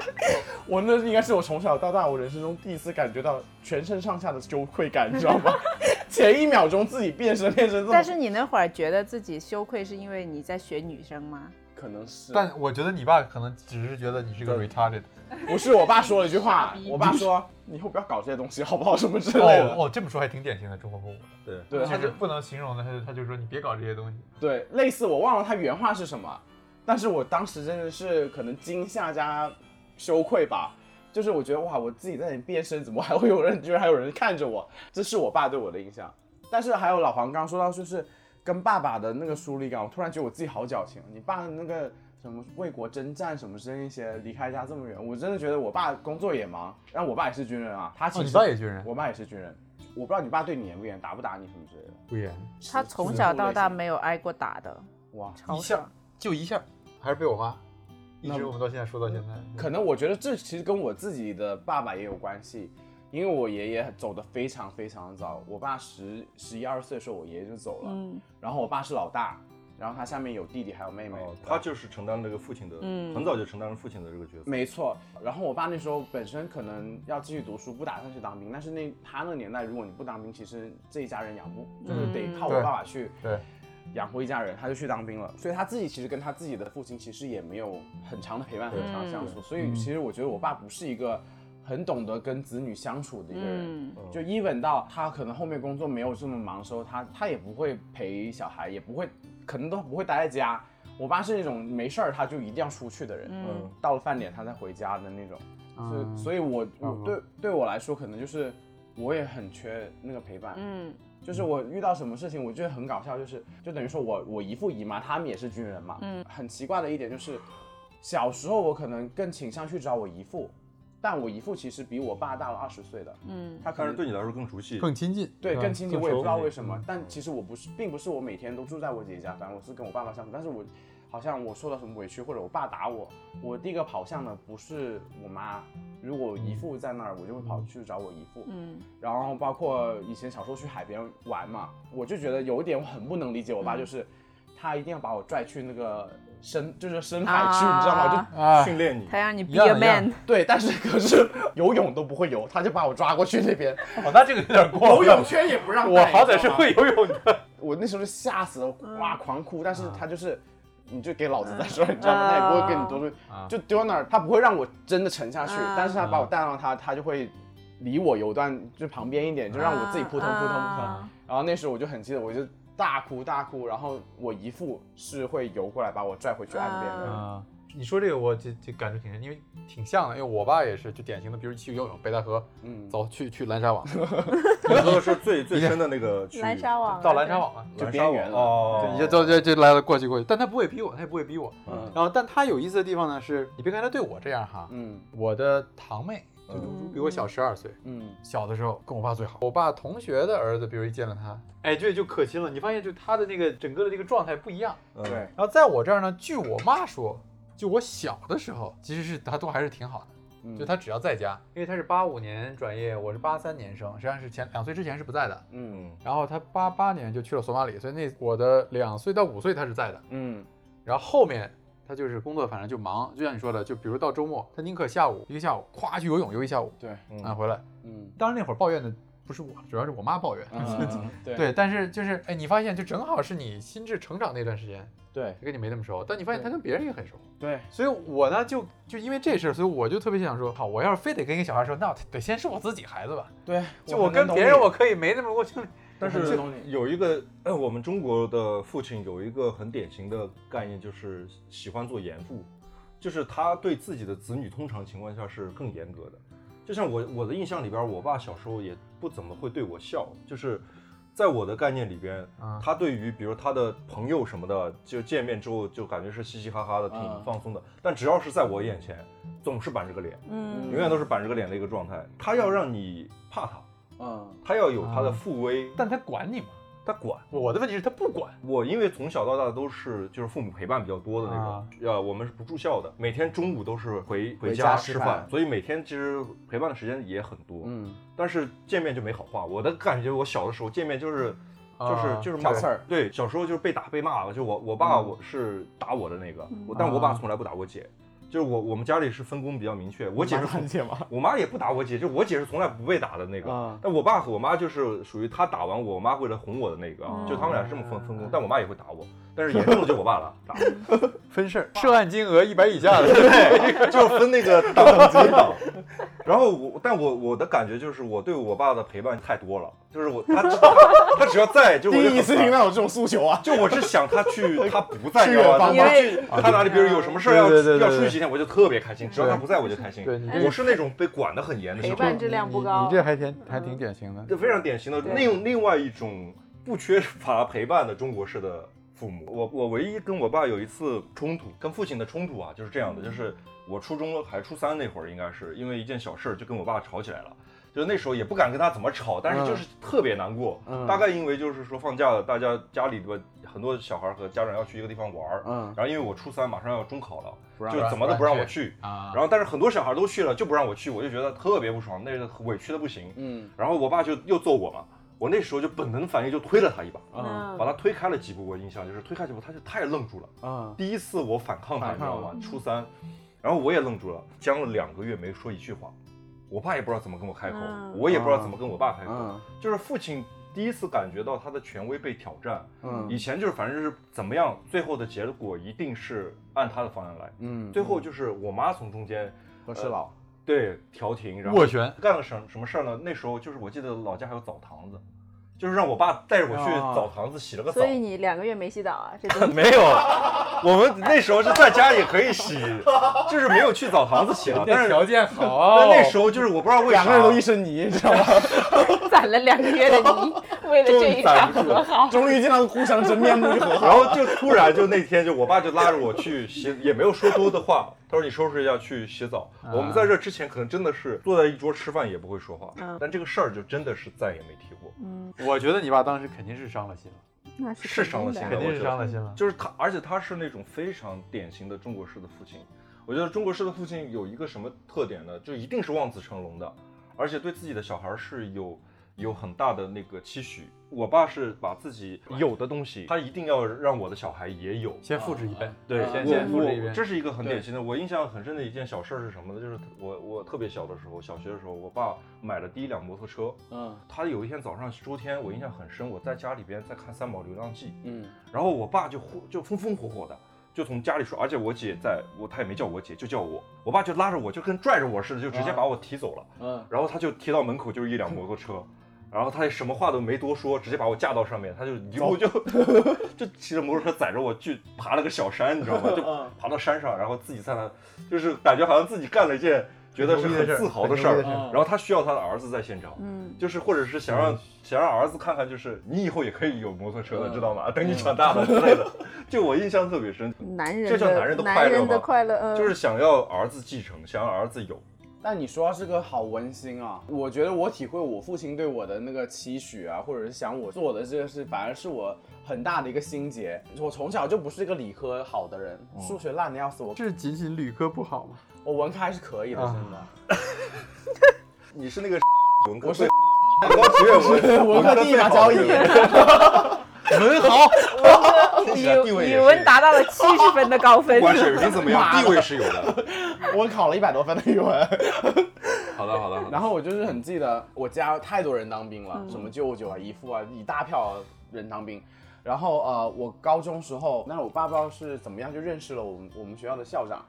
S2: 我那应该是我从小到大我人生中第一次感觉到全身上下的羞愧感，你知道吗？ (laughs) 前一秒钟自己变身变身这么，
S4: 但是你那会儿觉得自己羞愧，是因为你在学女生吗？
S2: 可能是，
S7: (laughs) 但我觉得你爸可能只是觉得你是个 (laughs) retarded。
S2: 不是我爸说了一句话，我爸说你以后不要搞这些东西好不好什么之类的。
S7: 哦哦，这么说还挺典型的中国父母的。
S3: 对，
S2: 对，他
S7: 他
S2: 就是
S7: 不能形容的，他就他就说你别搞这些东西。
S2: 对，类似我忘了他原话是什么，但是我当时真的是可能惊吓加羞愧吧，就是我觉得哇，我自己在那里变身，怎么还会有人，居然还有人看着我，这是我爸对我的印象。但是还有老黄刚刚说到，就是跟爸爸的那个疏离感，我突然觉得我自己好矫情。你爸的那个什么为国征战什么之类那些，离开家这么远，我真的觉得我爸工作也忙，然后我爸也是军人啊，他其
S7: 哦，
S2: 实、
S7: 你爸也军人，
S2: 我爸也是军人，我不知道你爸对你严不严，打不打你什么之类的。
S7: 不严，
S4: 他从小到大没有挨过打的，
S2: 哇，
S4: 超
S7: 一
S4: 爽
S7: 下。就一下，还是被我妈，一
S2: 那嗯
S7: 直我们到现在说到现在。
S2: 可能我觉得这其实跟我自己的爸爸也有关系，因为我爷爷走的非常非常早，我爸十十一二岁的时候，我爷爷就走了，
S5: 嗯
S2: 然后我爸是老大，然后他下面有弟弟还有妹妹，
S3: 哦，他就是承担了这个父亲的，
S5: 嗯
S3: 很早就承担了父亲的这个角色。
S2: 没错，然后我爸那时候本身可能要继续读书，不打算去当兵，但是那他那个年代，如果你不当兵，其实这一家人养不，就是得靠我
S7: 对
S2: 爸爸去
S7: 对，
S2: 养活一家人，他就去当兵了。所以他自己其实跟他自己的父亲其实也没有很长的陪伴，很长的相处。所以其实我觉得我爸不是一个很懂得跟子女相处的一个人。
S5: 嗯，
S2: 就 even 到他可能后面工作没有这么忙的时候，他他也不会陪小孩，也不会，可能都不会待在家。我爸是那种没事儿他就一定要出去的人，
S3: 嗯
S2: 到了饭点他才回家的那种。所以，所以我
S7: 差不
S2: 我
S7: 多
S2: 对对我来说，可能就是我也很缺那个陪伴。
S5: 嗯
S2: 就是我遇到什么事情，我觉得很搞笑，就是就等于说我我姨父姨妈他们也是军人嘛，嗯，很奇怪的一点就是，小时候我可能更倾向去找我姨父，但我姨父其实比我爸大了二十岁的，
S5: 嗯
S2: 他可
S3: 但是
S2: 能
S3: 对你来说更熟悉，
S7: 更亲近，
S2: 对
S7: 嗯
S2: 更亲近，我也不知道为什么
S7: 嗯，
S2: 但其实我不是，并不是我每天都住在我姐姐家，反正我是跟我爸爸相处，但是我好像我受到什么委屈或者我爸打我，我第一个跑向的不是我妈，如果我姨父在那儿，我就会跑去找我姨父，
S5: 嗯
S2: 然后包括以前小时候去海边玩嘛，我就觉得有一点我很不能理解我爸，就是他一定要把我拽去那个深，就是深海去，
S5: 啊
S2: 你知道吗？
S7: (laughs) 啊，
S3: 训练你。
S5: 他让你 be
S7: 一样
S5: a
S7: 一样
S5: man，
S2: 就对，但是可是 (laughs) 游泳都不会游，他就把我抓过去那边，
S7: 哦，那这个有点过
S2: 游
S7: 分
S2: 泳圈也不让带
S7: 我好歹
S2: 你知
S7: 是
S2: 道吗
S7: 会游泳的，
S2: 我那时候就吓死了，
S5: 嗯
S2: 哇狂哭，但是
S5: 啊
S2: 他就是。你就给老子在这儿，你知道吗？他也不会跟你多说，
S7: 啊
S2: 就丢那儿，他不会让我真的沉下去，
S5: 啊
S2: 但是他把我带到他，他就会离我有段就旁边一点，就让我自己扑通扑通扑通。
S5: 啊
S2: 然后那时候我就很记得，我就大哭大哭，然后我姨父是会游过来把我拽回去岸边的。
S7: 啊，你说这个我这这感触挺深，因为挺像的，因为我爸也是就典型的，比如去游泳，北戴河，
S2: 嗯
S7: 走去去蓝沙 (laughs) 网，
S3: 你说的是最最深的那个区域，
S4: 蓝沙网
S7: 到蓝沙网了，
S2: 就
S3: 蓝沙
S2: 边缘
S3: 网
S2: 了
S3: 哦，
S7: 你就就就就来了过去过去，但他不会逼我，他也不会逼我。
S2: 嗯
S5: 啊
S7: 然后，但他有意思的地方呢是，你别看他对我这样哈，
S2: 嗯
S7: 我的堂妹就猪猪比我小十二岁，
S2: 嗯
S7: 小的时候跟我爸最好。嗯我爸同学的儿子，比如一见了他，哎，这就可亲了。你发现就他的那个整个的这个状态不一样。
S3: 嗯
S2: 对，
S7: 然后在我这儿呢，据我妈说，就我小的时候，其实是他都还是挺好的，
S2: 嗯
S7: 就他只要在家，因为他是八五年转业，我是八三年生，实际上是前两岁之前是不在的。
S2: 嗯
S7: 然后他八八年就去了索马里，所以那我的两岁到五岁他是在的。
S2: 嗯
S7: 然后后面他就是工作，反正就忙，就像你说的，就比如到周末，他宁可下午一个下午，咵去游泳游一下午，
S2: 对
S3: 嗯
S7: 啊回来。
S2: 嗯
S7: 当然那会儿抱怨的不是我，主要是我妈抱怨。
S2: 嗯对
S7: (laughs) (laughs) 对，但是就是哎，你发现就正好是你心智成长那段时间，
S2: 对
S7: 跟你没那么熟，但你发现他跟别人也很熟。
S2: 对
S7: 所以我呢就就因为这事儿，所以我就特别想说，好，我要是非得跟一个小孩说，那我得先是我自己孩子吧。
S2: 对，
S7: 就我跟别人我可以没那么多经历，
S3: 但
S2: 我
S3: 是
S2: 很懂你
S3: 有一个，呃我们中国的父亲有一个很典型的概念，就是喜欢做严父，就是他对自己的子女通常情况下是更严格的。就像我我的印象里边，我爸小时候也不怎么会对我笑，就是在我的概念里边，
S7: 啊
S3: 他对于比如他的朋友什么的，就见面之后就感觉是嘻嘻哈哈的，
S2: 啊
S3: 挺放松的。但只要是在我眼前，总是板着个脸，
S4: 嗯
S3: 永远都是板着个脸的一个状态。他要让你怕他，
S2: 嗯
S3: 他要有他的
S7: 啊
S3: 父威，
S7: 但他管你吗？
S3: 他管。
S7: 我的问题是，他不管。
S3: 我因为从小到大都是就是父母陪伴比较多的那种
S7: 啊，
S3: 呃、我们是不住校的，每天中午都是回
S2: 回家
S3: 家
S2: 吃
S3: 吃
S2: 饭
S3: 所以每天其实陪伴的时间也很多。
S2: 嗯
S3: 但是见面就没好话，我的感觉，我小的时候见面就是。就
S7: 啊
S3: 是就是
S2: 挑
S3: 骂
S2: 刺儿
S3: 对，小时候就是被打被骂，就我我爸
S2: 嗯
S3: 我是打我的那个，我但我爸
S7: 啊
S3: 从来不打我姐，就是我我们家里是分工比较明确，我姐是从
S2: 很解吗？
S3: 我妈也不打我姐，就我姐是从来不被打的那个。
S2: 啊
S3: 但我爸和我妈就是属于他打完我，我妈会来哄我的那个，就他们俩是这么分分
S2: 啊
S3: 工。但我妈也会打我，但是严重的就我爸了，打
S7: 分事儿，涉案金额
S2: 哎
S7: 一百以
S3: (laughs)
S7: 下的，
S3: 就是分那
S2: (laughs)
S3: 个档级的。然后我，但我我的感觉就是我对我爸的陪伴太多了，就是我他他只要在，就我
S2: 第
S3: 就
S2: 一
S3: 很
S2: 次
S3: 烦
S2: 听。到有这种诉求啊！
S3: 就我是想他
S7: (laughs)
S3: 去，他不在，
S2: 去
S3: 你知道吧
S2: 远方
S3: 他去
S5: 吧
S3: 他哪里，比如有什么事儿要
S7: 对对对对
S3: 要
S7: 对
S3: 出去几天，我就特别开心。只要他
S7: 对
S3: 不在，我就开心
S7: 对你。这
S3: 我是那种被管得很严的小
S4: 陪
S3: 孩
S4: 伴。质量不
S7: 你
S4: 高嗯
S7: 你，这还挺还挺典型的。
S3: 这非常典型的另另外一种不缺乏陪伴的中国式的父母。我我唯一跟我爸有一次冲突，跟父亲的冲突啊，
S2: 嗯
S3: 就是这样的，就是我初中还初三那会儿，应该是因为一件小事儿就跟我爸吵起来了。就那时候也不敢跟他怎么吵，但是就是特别难过。
S2: 嗯
S3: 大概因为就是说放假了，大家家里边很多小孩和家长要去一个地方玩儿，
S2: 嗯
S3: 然后因为我初三马上要中考
S2: 不
S3: 了，
S2: 让
S3: 就
S7: 不
S3: 怎
S7: 让
S3: 么都
S7: 不
S3: 不
S7: 让
S3: 让我去。
S7: 啊，
S3: 然后但是很多小孩都去了，就不让我去，我就觉得特别不爽，那个委屈的不行。
S2: 嗯
S3: 然后我爸就又揍我嘛，我那时候就本能反应就推了他一把，
S2: 嗯
S3: 把他推开了几步。我印象就是推开几步，他就他也愣住了。
S2: 嗯，
S3: 第一次我反抗他，
S2: 反
S3: 你知
S2: 抗
S3: 道吗？初三，然后我也愣住了，僵了两个月没说一句话，我爸也不知道怎么跟我开口，
S2: 啊
S5: 嗯
S3: 我也不知道怎么跟我爸开口，
S2: 嗯
S3: 就是父亲第一次感觉到他的权威被挑战。以
S2: 嗯
S3: 前就是反正就是怎么样，最后的结果一定是按他的方案来。
S2: 嗯，
S3: 最后就是我妈从中间
S2: 和事佬，
S3: 对调停，然后
S7: 斡旋，
S3: 干了什什么事儿呢？那时候就是我记得老家还有澡堂子，就是让我爸带着我去
S2: 哦
S3: 澡堂子洗了个澡。
S4: 所以你两个月没洗澡啊？这真的
S3: 没有，我们那时候是在家也可以
S2: (laughs)
S3: 洗，就是没有去澡堂子洗了。 (laughs) 但
S7: 那
S3: 是
S7: 条件好，
S3: (laughs) 但那时候就是我不知道为啥，
S2: 两个人都一身 (laughs) 泥，知道吗？
S4: (laughs) 攒了两个月的泥，为了
S3: 终
S4: 这
S3: 于
S4: 一场
S3: 攒不住
S4: 和
S3: 了。
S4: 好。
S2: 终于见到互相真面目就和好。
S3: 然后就突然就那天就我爸就拉着我去洗，也没有说多的话，他说你收拾一下去洗澡。
S2: 啊
S3: 我们在这之前可能真的是坐在一桌吃饭也不会说话，
S4: 嗯
S3: 但这个事儿就真的是再也没提过，
S7: 我觉得你爸当时肯定是伤了心了，
S4: 那
S3: 是伤了
S4: 肯
S3: 心的，
S4: 定的
S7: 肯定
S3: 我
S7: 是
S3: 觉
S7: 伤
S3: 得。
S7: 了心了。
S3: 就是他，而且他是那种非常典型的中国式的父亲。我觉得中国式的父亲有一个什么特点呢？就一定是望子成龙的，而且对自己的小孩是有有很大的那个期许。我爸是把自己有的东西，他一定要让我的小孩也有。
S7: 先复制一遍，
S3: 对，
S7: 啊先
S3: 我
S7: 先复制一
S3: 我
S7: 遍。
S3: 这是一个很典型的。我印象很深的一件小事儿是什么呢？就是我我特别小的时候，小学的时候，我爸买了第一辆摩托车。
S2: (laughs) 嗯
S3: 他有一天早上周天，我印象很深，我在家里边在看《三毛流浪记》，
S2: 嗯
S3: 然后我爸就火就风风火火的就从家里说，而且我姐在我，他也没叫我姐，就叫我，我爸就拉着我，就跟拽着我似的，就直接把我提走了。
S2: 嗯
S3: 然后他就提到门口就是一辆摩托车，然后他也什么话都没多说，直接把我架到上面，他就一路就就 (laughs) 骑着摩托车载着我去爬了个小山，你知道吗？就
S2: 嗯
S3: 爬到山上，然后自己在那，就是感觉好像自己干了一件觉得是很自豪的事儿
S7: 很牛逼的。事
S3: 然
S2: 儿
S3: 后他需要他的儿子在现场，
S4: 嗯，
S3: 就是或者是想让想让儿子看看，就是你以后也可以有摩托车了，
S2: 嗯
S3: 知道吗？等你长大了之类的。 (laughs) 就我印象特别深，
S4: 男人
S3: 这叫
S4: 的
S3: 男人的快
S4: 男
S3: 乐
S4: 人的
S3: 吗
S4: 快乐，嗯，
S3: 就是想要儿子继承，想要儿子有。
S2: 但你说到这个好温馨啊！我觉得我体会我父亲对我的那个期许啊，或者是想我做的这个事，反而是我很大的一个心结。我从小就不是一个理科好的人，数学烂的要死我，
S7: 是仅仅理科不好吗？
S2: 我文科还是可以的，
S7: 啊
S2: 真的。
S3: 你是那
S2: (laughs)
S3: 个文科，
S2: 我是
S3: 对文科学
S2: (laughs)
S3: 院文
S2: 文科第一
S3: 最
S2: 把
S3: 好
S2: 交
S3: (laughs) 的
S2: 椅。
S7: 文豪，
S3: 起
S4: 语
S3: 来地位也
S4: 呃
S3: 是
S4: 语文达到了七十分的高分
S3: 不。管水平怎么样，地位是有的。
S2: (laughs) 我考了一百多分的语文。
S3: 好的，好的，好的。
S2: 然后我就是很记得我家太多人当兵了，什么舅舅啊、姨父啊，一大票人当兵。然后呃，我高中时候，那我爸不知道是怎么样就认识了我们我们学校的校长，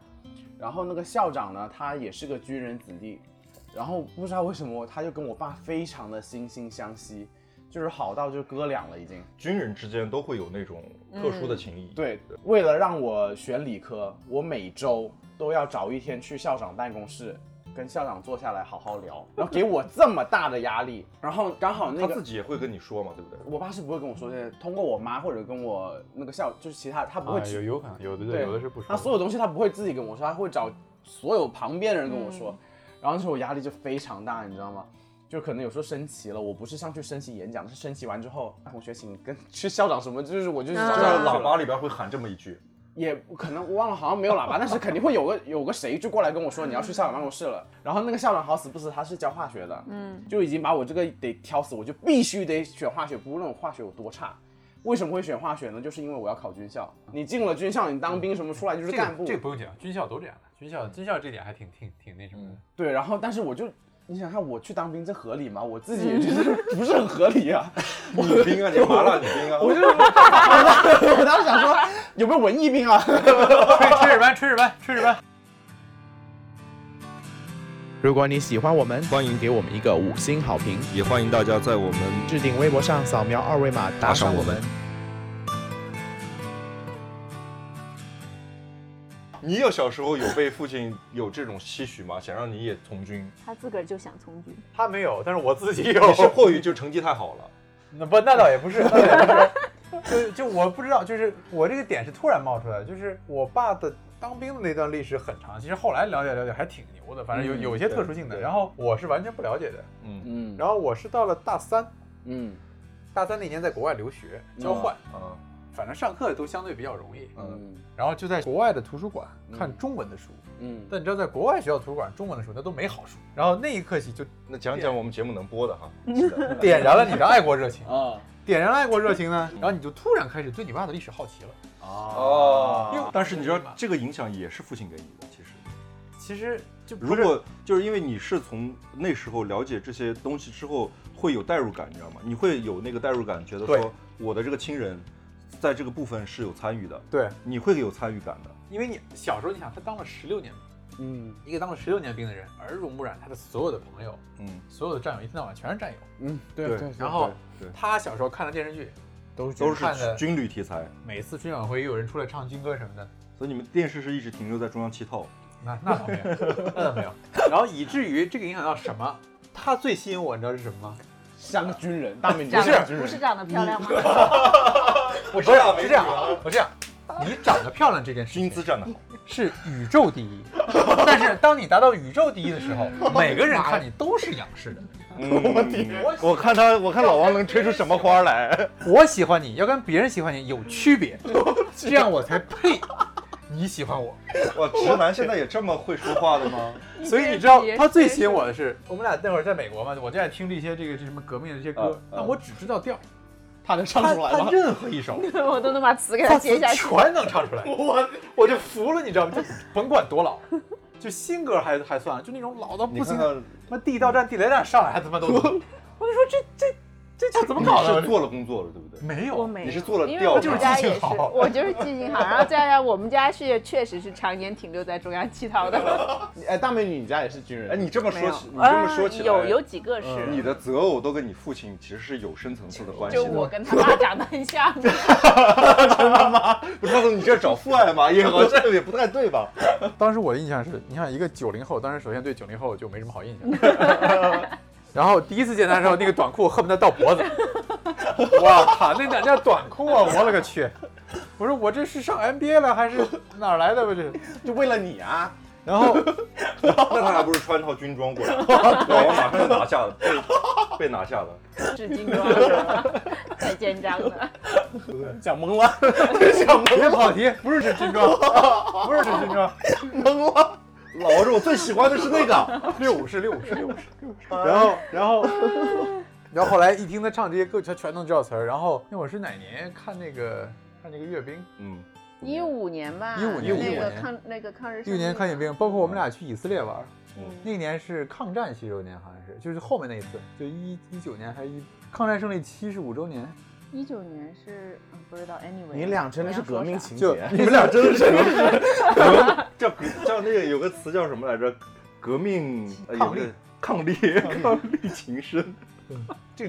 S2: 然后那个校长呢，他也是个军人子弟，然后不知道为什么他就跟我爸非常的惺惺相惜，就是好到就哥俩了已经。
S3: 军人之间都会有那种特殊的情谊。，
S2: 嗯对，为了让我选理科，我每周都要找一天去校长办公室，跟校长坐下来好好聊，然后给我这么大的压力，然后刚好那
S3: 他自
S2: 个。
S3: 己也会跟你说嘛，对不对？
S2: 我爸是不会跟我说这些，通过我妈或者跟我那个校，就是其他他不会
S7: 啊，
S2: 直、
S7: 有有可能，有的对，有的是不说
S2: 他
S7: 的。
S2: 所有东西他不会自己跟我说，他会找所有旁边的人跟我说，然后那时候我压力就非常大，你知道吗？就可能有时候升旗了，我不是上去升旗演讲，是升旗完之后，哎同学请跟 (laughs) 去校长什么，就是我就是
S4: 啊
S2: 找
S3: 就
S2: 校长
S3: 像喇
S2: 去了
S3: 叭里边会喊这么一
S2: (laughs)
S3: 句，
S2: 也可能我忘了，好像没有喇叭，但是肯定会有个有个谁就过来跟我说你要去校长办公室了。然后那个校长好死不死他是教化学的，嗯，就已经把我这个得挑死，我就必须得选化学，不论我化学有多差。为什么会选化学呢？就是因为我要考军校。你进了军校，你当兵什么出来就是
S7: 这
S2: 干部。
S7: 个这个不用讲，军校都这样的，军校军校这点还挺挺挺那什么的。
S2: 对，然后但是我就，你想看我去当兵这合理吗？我自己也觉得不是很合理啊。 (laughs)
S3: 女兵啊，你麻辣女兵啊，(laughs)
S2: 我就是，我当我当时想说有没有文艺兵啊？ (laughs)
S7: 吹吹着班，吹着班，吹着班。
S2: 如果你喜欢我们，
S1: 欢迎
S2: 给我们一个五星好评。
S1: 也欢迎大家在我们
S2: 置顶微博上扫描二维码打
S1: 打赏我们。
S3: 你有小时候有被父亲有这种期许
S7: (laughs)
S3: 吗？想让你也从军？
S4: 他自个儿就想从军，
S7: 他没有，但是我自己
S3: 你
S7: 有。
S3: 是迫于就成绩太好了，
S7: 那不，那倒也不是，那 (laughs) 倒也不是。就就我不知道，就是我这个点是突然冒出来的，就是我爸的当兵的那段历史很长，其实后来了解了解还挺牛的，反正有
S2: 嗯
S7: 有一些特殊性的。
S3: 对
S7: 然后我是完全不了解的，
S3: 嗯
S2: 嗯，
S7: 然后我是到了大三，
S2: 嗯
S7: 大三那年在国外留学交换，
S3: 啊，
S7: 反正上课都相对比较容易。
S2: 嗯
S7: 然后就在国外的图书馆
S2: 嗯
S7: 看中文的书，
S2: 嗯，
S7: 但你知道在国外学校图书馆中文的书那都没好书。然后那一刻
S3: (laughs)
S7: 起就
S3: 那讲讲我们节目能播的
S7: (laughs)
S3: 哈。
S7: 点燃了你的爱国热情，
S2: 啊
S7: 点燃了爱国热情呢，然后你就突然开始对你爸的历史好奇了。
S3: 哦
S7: 因为
S3: 但是你知道这个影响也是父亲给你的，其实。
S7: 嗯其实就不
S3: 如
S7: 是
S3: 果就是因为你是从那时候了解这些东西之后，会有代入感，你知道吗？你会有那个代入感，觉得
S7: 对
S3: 说我的这个亲人在这个部分是有参与的，
S7: 对，
S3: 你会有参与感的。
S7: 因为你小时候你想他当了十六年兵，
S2: 嗯
S7: 一个当了十六年兵的人，耳濡目染，他的所有的朋友、
S3: 嗯，
S7: 所有的战友，一天到晚全是战友。
S2: 嗯，对
S3: 对
S2: 对，
S7: 然后
S3: 对对
S7: 他小时候看的电视剧，
S2: 都
S3: 都
S7: 看
S3: 是
S7: 的
S3: 军旅题材，
S7: 每次春晚会又有人出来唱军歌什么的，
S3: 所以你们电视是一直停留在中央七套。
S7: (laughs) 那那倒没有，那倒没有。然后以至于这个影响到什么？他最吸引我，你知道是什么吗？
S2: 像个军人，大美女
S4: 长
S7: 是
S4: 得不是长得漂亮吗？
S7: 我是这样，是这样啊，我这样。你长得漂亮这件事
S3: 军
S7: 情
S3: 姿站得好，
S7: 是宇宙第一，但是当你达到宇宙第一的
S2: (laughs)
S7: 时候，每个人看你都是仰视的。
S3: 我天，
S8: 我看他，我看老王能吹出什么花来。
S7: 我喜欢你要跟别人喜欢你有
S2: (laughs)
S7: 区别，这样我才配你喜欢我。
S3: (laughs) 哇，直男现在也这么会说话的 (laughs) 吗？
S7: 所以你知道他最吸引我的是，我们俩那会儿在美国嘛，我就爱听这些这个这什么革命的这些歌，
S3: 嗯
S7: 但我只知道调，
S2: 他能唱
S7: 他
S2: 出来吗
S7: 他？任何一首，
S4: (laughs) 我都能把词给
S7: 他
S4: 他接 (laughs) 下去。
S7: 全能唱
S2: (laughs)
S7: 出来，我我就服了，你知道吗？就甭管多老，就新歌还还算了，就那种老到
S3: 你
S7: 不行
S3: 看看
S7: 的，什么地道战、地雷战上来还
S2: (laughs)
S7: 他妈都能，我就说这这这这怎么搞
S3: 你是
S7: 的？
S3: 做了工作了，对不对？
S7: 没
S4: 我
S7: 有，
S5: 嗯
S4: 没有，
S3: 你是做了
S4: 因为
S3: 调
S4: 我
S3: 查
S4: 们家也
S7: 就是记
S4: 是
S7: 性好，
S4: 我就是记性好，然后再加我们家是确实是常年停留在中央七套的，
S2: 哎，大美女，你家也是军人？
S3: 哎，你这么
S4: 没
S3: 说
S4: 有
S3: 起，你这么说
S4: 啊
S3: 起来，
S4: 有有几个是，
S3: 你的择偶都跟你父亲其实是有深层次的关系
S4: 就
S3: 的。
S4: 我跟他爸长得很像，
S3: 不是，他说你这找父爱嘛，也好像也不太对吧？
S7: 当时我的印象是，你看一个九零后，当时首先对九零后就没什么好印象。 (laughs) 然后第一次见他的时候，那个短裤恨不得
S2: (laughs)
S7: 到脖子，我靠，那哪叫短裤啊！我勒个去！我说我这是上 NBA 了还是哪儿来的吧？这。
S2: 就为了你啊，
S7: 然后
S3: 那他还不是穿套军装过来？老王马上就拿下了，被被拿下了。
S4: 是金装的，在肩章的， (laughs)
S2: 讲懵了，
S7: (laughs) 别跑题，不是指军装，不是指军装，
S3: (laughs) 老王说：“我最喜欢的是那 (laughs) 个。
S7: 六五式，六五式，六五式。然后，然后，然后后来一听他唱这些歌，他全能知道词儿。然后那我是哪年看那个看那个阅兵，”
S3: 嗯，
S4: 一五年吧，
S7: 15
S3: 年
S4: 那
S7: 15
S4: 个
S7: 年
S4: 抗那个抗日，
S7: 一五年看阅，兵，包括我们俩去以色列玩儿，
S3: 嗯
S7: 那年是抗战七周年，好像是，就是后面那一次，就一一九年还是一抗战胜利七十五周年，
S4: 一九年是嗯不知道，anyway，
S2: 你俩真的是革命
S4: 情，
S2: 情
S7: 就
S2: 节，
S3: 你们俩真的是 (laughs) 革命叫革叫那个有个词叫什么来着？革命呃有
S7: 抗
S3: 个
S7: 力
S3: 抗力抗力情深，
S7: 这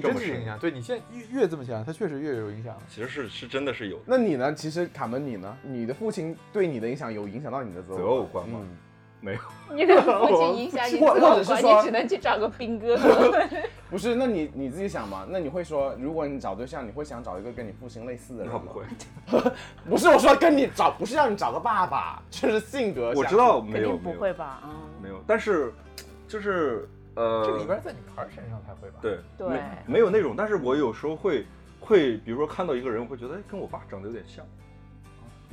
S3: 这
S7: 个
S3: 么
S7: 真是
S3: 深
S7: 影响。对你现在越越这么想，它确实越有影响了。
S3: 其实是是真的是有
S2: (laughs) 那你呢？其实卡门，你呢？你的父亲对你的影响有影响到你的择
S3: (laughs) 择
S2: 偶
S3: 偶
S2: 吗？嗯
S3: 观吗？没有，
S4: 你的父亲影响你择
S2: 或或者
S4: 偶
S2: 是
S4: 观，
S2: 说
S4: 你只能去找个兵哥。 (laughs)
S2: 不是，那你你自己想嘛？那你会说，如果你找对象，你会想找一个跟你父亲类似的人
S3: 那
S2: 吗？
S3: 不会。
S2: 不是我说跟你找，不是让你找个爸爸，就是性格。
S3: 我知，道没
S4: 肯
S3: 有
S4: 定
S3: 没
S4: 不
S3: 有
S4: 会吧？啊，
S3: 没有，但是就是呃，
S7: 这个一般在女孩儿身上才会吧？，
S3: 对
S4: 对
S3: 没没有那种，但是我有时候会会，比如说看到一个人，我会觉得哎，跟我爸长得有点像，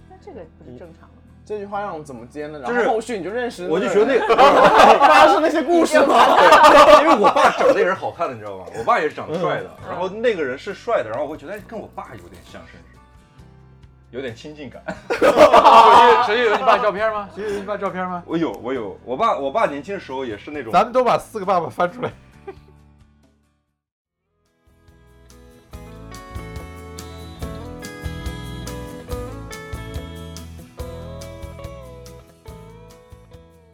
S4: 那这个不是正常的吗？
S2: 这句话让我怎么接呢？然
S3: 就是
S2: 后后续你就认识，
S3: 我就觉得那 (laughs) 个，
S2: (laughs) 发生那些故
S3: (laughs)
S2: 事吗？ (laughs)
S3: 因为我爸长得也是好看的，你知道吗？我爸也是长得帅的，然后那个人是帅的，然后我会觉得哎，跟我爸有点像，甚至有点亲近感。 (laughs)
S7: 手机有你爸照片吗？手机有你爸照
S3: (laughs)
S7: 片吗？
S3: 我有，我有，我爸我爸年轻的时候也是那种，
S7: 咱们都把四个爸爸翻出来。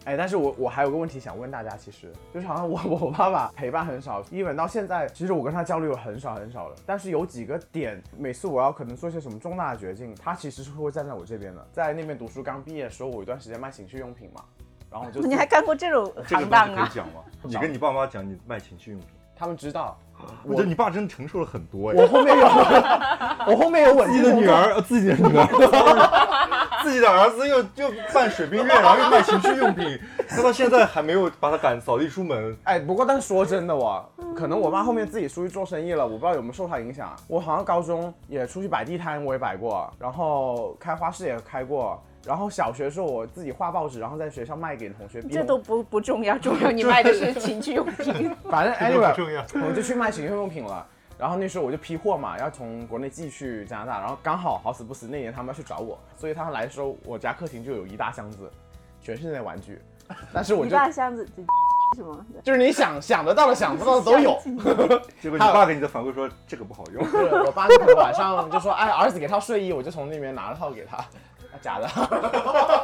S2: 哎，但是我我还有个问题想问大家，其实就是好像我我爸爸陪伴很少，even 到现在，其实我跟他交流很少很少了。但是有几个点，每次我要可能做些什么重大的决定，他其实是会站在我这边的。在那边读书刚毕业的时候，我有一段时间卖情趣用品嘛，然后我就
S4: (laughs) 你还干过这种
S3: 这个
S4: 行
S3: 东西
S4: 当
S3: 可以
S4: 啊？
S3: 讲吗？你跟你爸妈讲你卖情趣用品，
S2: 他们知道
S3: 我觉得你爸真的承受了很多哎。
S2: 我后面有我后面有稳
S3: 自己
S2: 定
S3: 的
S2: 工
S3: 女
S2: 作
S3: 儿，呃自己的女儿， (laughs) 自己的儿子又又办水冰月，然后又卖情趣用品，他到现在还没有把他赶扫地出门。
S2: 哎，不过但是说真的我，
S4: 嗯
S2: 可能我妈后面自己出去做生意了，我不知道有没有受她影响。啊我好像高中也出去摆地摊，我也摆过，然后开花市也开过，然后小学的时候我自己画报纸，然后在学校卖给同学。
S4: 这都不不重要，重要你卖的是情趣用品。
S2: 反正
S3: 哎
S7: 这个
S2: anyway，
S7: 不重要。
S2: 我就去卖情趣用品了。然后那时候我就批货嘛，要从国内寄去加拿大，然后刚好好死不死那年他们要去找我，所以他们来的时候，我家客厅就有一大箱子，全是那玩具。但是我
S4: 一
S2: 就
S4: 大箱子，什么？
S2: 就是你想想得到的、想不到的都有。哦
S3: 结果你爸给你的反馈说这个不好用，
S2: 是我爸就可能晚上就说：“哎，儿子给套睡衣，我就从那边拿了套给他。”啊假的， (laughs)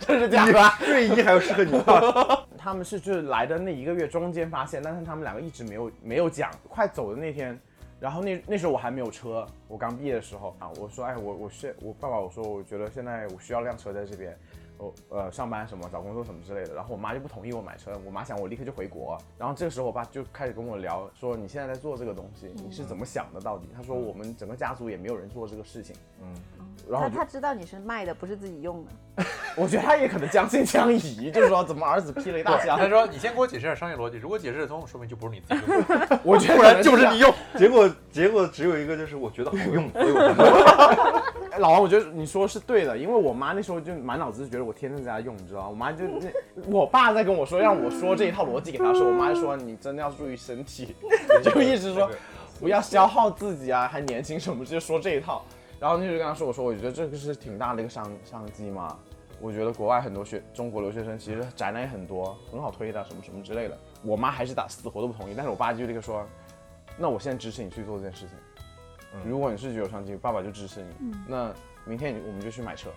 S2: 这是假的。
S3: 睡衣还要适合你爸。
S2: 他们是就是来的那一个月中间发现，但是他们两个一直没有没有讲。快走的那天，然后那那时候我还没有车，我刚毕业的时候啊，我说哎我我是我爸爸我说我觉得现在我需要辆车在这边，我呃上班什么找工作什么之类的。然后我妈就不同意我买车，我妈想我立刻就回国。然后这个时候我爸就开始跟我聊说你现在在做这个东西，你是怎么想的到底？他说我们整个家族也没有人做这个事情，嗯，然
S4: 他
S2: 后我就
S4: 他知道你是卖的，不是自己用的。
S2: 我觉得他也可能将信将疑，就是说怎么儿子批了一大箱
S7: 他，说：“你先给我解释点商业逻辑，如果解释得通，说明就不是你自己的。
S2: 我觉得
S3: 不然就不
S2: 可能这
S3: 是
S2: 样
S3: 你用。结果结果只有一个，就是我觉得好用，所以我
S2: 哎老王，我觉得你说的是对的，因为我妈那时候就满脑子就觉得我天天在家用，你知道吗？我妈就那，我爸在跟我说让我说这一套逻辑给他说，我妈就说你真的要注意身体，就一直说 (laughs) 不要消耗自己啊，还年轻什么，就说这一套。然后那时候跟他说，我说我觉得这个是挺大的一个商商机嘛，我觉得国外很多学中国留学生其实宅男也很多，很好推的什么什么之类的。我妈还是打死活都不同意，但是我爸就立刻说，那我现在支持你去做这件事情。如果你是有商机，爸爸就支持你。那明天你我们就去买车。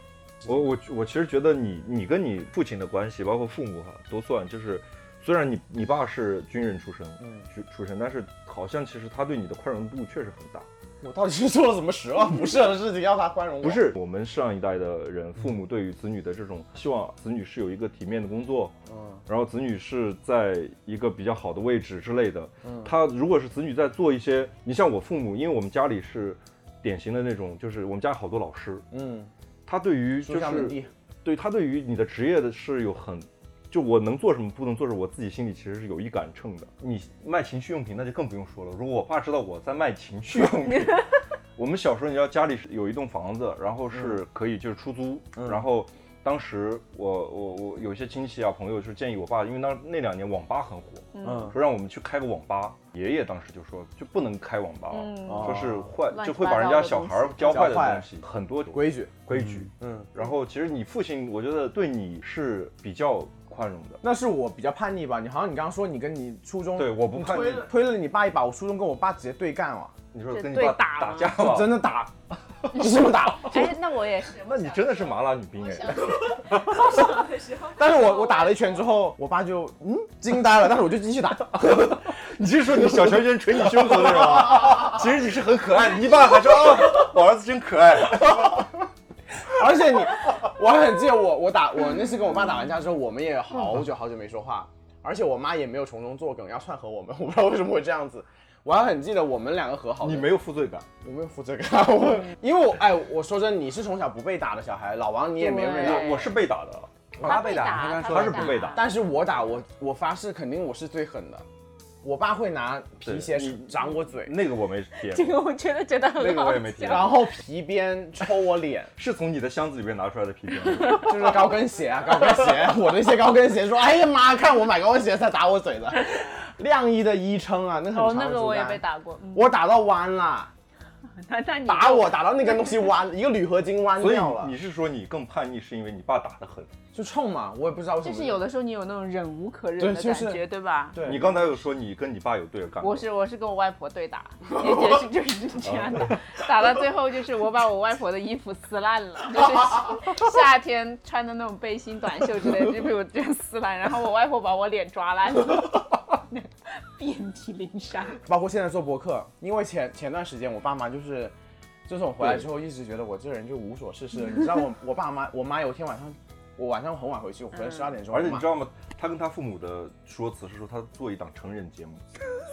S3: (laughs) 我我我其实觉得你你跟你父亲的关系，包括父母哈、都算就是，虽然你你爸是军人出身，嗯，出身，但是好像其实他对你的宽容度确实很大。
S2: 我到底是做了什么十恶不赦的事情，要他宽容我？
S3: 不，是我们上一代的人，父母对于子女的这种希望，子女是有一个体面的工作，
S2: 嗯，
S3: 然后子女是在一个比较好的位置之类的。他如果是子女在做一些，你像我父母，因为我们家里是典型的那种，就是我们家好多老师，
S2: 嗯，
S3: 他对于就
S2: 书香门
S3: 是
S2: 第，
S3: 对他对于你的职业的是有很，就我能做什么不能做什么，我自己心里其实是有一杆秤的。你卖情趣用品那就更不用说了，如果我爸知道我在卖情趣用
S2: (laughs)
S3: 品，我们小时候你知道家里是有一栋房子，然后
S2: 嗯
S3: 是可以就是出租，然后。当时我我我有一些亲戚啊朋友就建议我爸，因为那那两年网吧很火，
S2: 嗯，
S3: 说让我们去开个网吧。爷爷当时就说就不能开网吧，
S4: 嗯，
S2: 哦
S3: 说是坏
S4: 乱七
S3: 就会把人家小孩儿教坏的
S2: 教坏
S3: 东西，很多
S2: 规矩，
S3: 规矩。
S2: 嗯，
S3: 然后其实你父亲，我觉得对你是比较宽容的。
S2: 那是我比较叛逆吧？你好像你刚刚说你跟你初中
S3: 对，我不叛逆
S2: 推。了推了你爸一把，我初中跟我爸直接对干了，
S3: 你说
S4: 这
S3: 跟你
S4: 对
S3: 爸
S4: 打
S3: 打
S4: 吗
S3: 架
S7: (laughs)
S3: 了，
S2: 真的打，这么打。
S4: 哎，那我也是，
S3: 那你真的是麻辣女兵哎！
S2: 但是我我打了一拳之后，我爸就嗯惊呆了，但是我就继续打。
S3: (laughs) 你是说你小乔先捶你胸口那种吗？其实你是很可爱，你一爸还说啊，我儿子真可爱。
S2: 而且你，我很记得我我打我那次跟我爸打完架之后，我们也好久好久没说话，而且我妈也没有从中作梗要串和我们，我不知道为什么会这样子。我还很记得我们两个和好的，
S3: 你没有负罪感，
S2: 我没有负责感，我因为我哎，我说真的，你是从小不被打的小孩，老王你也没有被打，
S3: 我我是被打的，
S7: 我爸被
S4: 他
S7: 打，你
S4: 被打
S7: 看他
S3: 他
S7: 说
S3: 是不被打。
S2: 但是我打我我发誓肯定我是最狠的，我爸会拿皮鞋
S3: 对嗯你
S2: 掌我嘴，
S3: 那个我没点，
S4: 这个我觉得真的
S3: 那
S4: 很
S3: 个
S4: 好
S3: 我也没点，
S2: 然后皮鞭抽我脸，
S3: 是从你的箱子里面拿出来的皮鞭。
S2: 就是高跟鞋啊，高跟鞋， (laughs) 我那些高跟鞋说，哎呀妈，看我买高跟鞋才打我嘴的，晾衣的衣撑啊，那很长
S5: 哦，
S2: 的
S5: 那个我也
S2: 竹竿
S5: 被，打过，嗯，
S2: 我打到弯了，
S5: 那那你
S2: 打我打到那根东西弯，一个铝合金弯
S3: 所以
S2: 掉了
S3: 你，是说你更叛逆，是因为你爸打得狠？
S2: 就冲嘛，我也不知道为什
S5: 就
S2: 么，
S5: 是有的时候你有那种忍无可忍
S2: 对
S5: 的
S2: 就
S5: 感
S2: 是
S5: 觉，对吧？
S2: 对
S3: 你刚才有说你跟你爸有对着干过，
S5: 我是我是跟我外婆对
S2: (laughs)
S5: 打，也也是就是这样的，
S2: 哦
S5: 打到最后就是我把我外婆的衣服撕烂了，就是 (laughs) 夏天穿的那种背心、短袖之类的，就被我这样撕烂，然后我外婆把我脸抓烂
S2: (laughs)
S5: 了， (laughs) 遍体鳞伤。
S2: 包括现在做博客，因为前前段时间我爸妈就是，就是我回来之后一直觉得我这人就无所事事。你知道我我爸妈我妈有一天晚上，我晚上很晚回嗯去，我回来十二点钟，
S3: 而且
S2: 我
S3: 你
S2: 妈
S3: 知道吗？他跟他父母的说辞是说他做一档成人节目，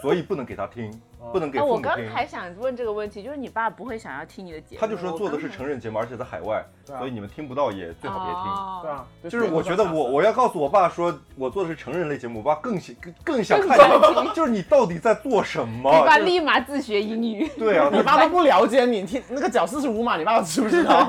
S3: 所以不能给他听，不能给
S5: 哎，
S3: 父
S5: 我
S3: 母
S5: 刚
S3: 听。
S5: 还想问这个问题，就是你爸不会想要听你的节目？
S3: 他就说做的是成
S5: 人，
S3: 人节目，而且在海外，
S2: 对啊
S3: 所以你们听不到也最好别听。
S5: 哦
S2: 对啊，
S3: 就是我觉得我我要告诉我爸说，我做的是成人类节目，我爸更想更更想
S5: 更
S3: 看
S5: 想
S3: 你，就是你到底在做什么？
S5: 哦你爸
S3: 哦就是
S5: 立马自学英语。
S3: 对啊，
S2: 你爸都不了解你，听那个脚四十五码，你爸爸知不知 (laughs) 道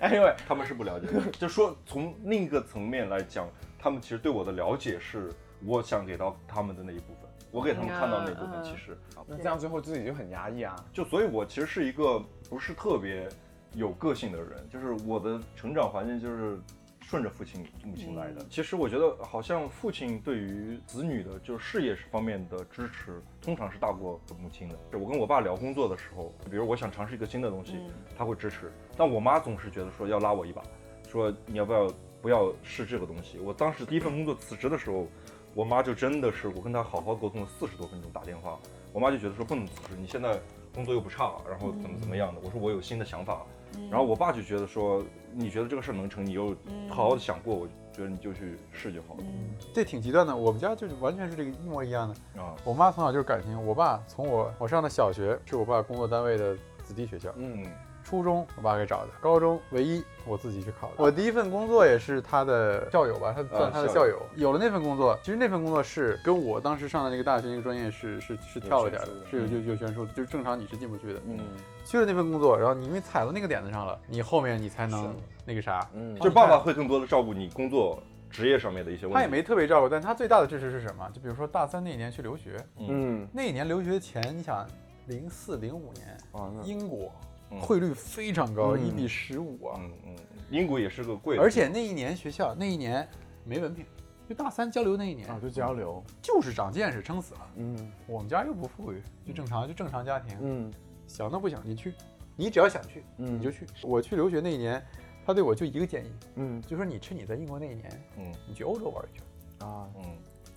S2: ？Anyway，
S3: 他们是不了解的。就说从另一个层面来讲，他们其实对我的了解是我想给到他们的那一部分，我给他们看到那一部分。
S5: 嗯
S3: 其实，
S2: 那这样最后自己就很压抑啊。
S3: 就所以，我其实是一个不是特别有个性的人，就是我的成长环境就是。顺着父亲母亲来的，其实我觉得好像父亲对于子女的就是事业方面的支持，通常是大过母亲的。我跟我爸聊工作的时候，比如我想尝试一个新的东西，他会支持，但我妈总是觉得说要拉我一把，说你要不要不要试这个东西。我当时第一份工作辞职的时候，我妈就真的是我跟她好好沟通了四十多分钟打电话，我妈就觉得说不能辞职，你现在工作又不差，然后怎么怎么样的。我说我有新的想法，然后我爸就觉得说你觉得这个事儿能成，你又好好的想过，我觉得你就去试就好了
S7: (laughs) 这挺极端的。我们家就是完全是这个一模一样的。
S3: 啊。
S7: 我妈从小就是感情，我爸从我我上的小学是我爸工作单位的子弟学校，
S3: 嗯，
S7: 初中我爸给找的，高中唯一我自己去考的。我第一份工作也是他的校友吧，他算他的校友。有了那份工作，其实那份工作是跟我当时上的那个大学那个专业是是是跳了点儿的，是有有有悬殊的，就是正常你是进不去的。嗯，去了那份工作，然后你因为踩到那个点子上了，你后面你才能那个啥。嗯，
S3: 就爸爸会更多的照顾你工作职业上面的一些问题。
S7: 他也没特别照顾，但他最大的支持是什么？就比如说大三那一年去留学，
S2: 嗯，
S7: 那一年留学前，你想，零四零五年，
S2: 啊，
S7: 英国
S3: 嗯
S7: 汇率非常高，
S2: 嗯
S7: 一比十五啊，
S3: 嗯嗯，英国也是个贵的，
S7: 而且那一年学校那一年没文凭，就大三交流那一年
S2: 啊，就交流，
S7: 就是长见识，撑死了。
S2: 嗯
S7: 我们家又不富裕，就正常就正常家庭，
S2: 嗯
S7: 想都不想你去，你只要想去
S2: 嗯
S7: 你就去。我去留学那一年，他对我就一个建议，
S2: 嗯
S7: 就说你趁你在英国那一年，
S3: 嗯
S7: 你去欧洲玩一圈，
S2: 啊，
S3: 嗯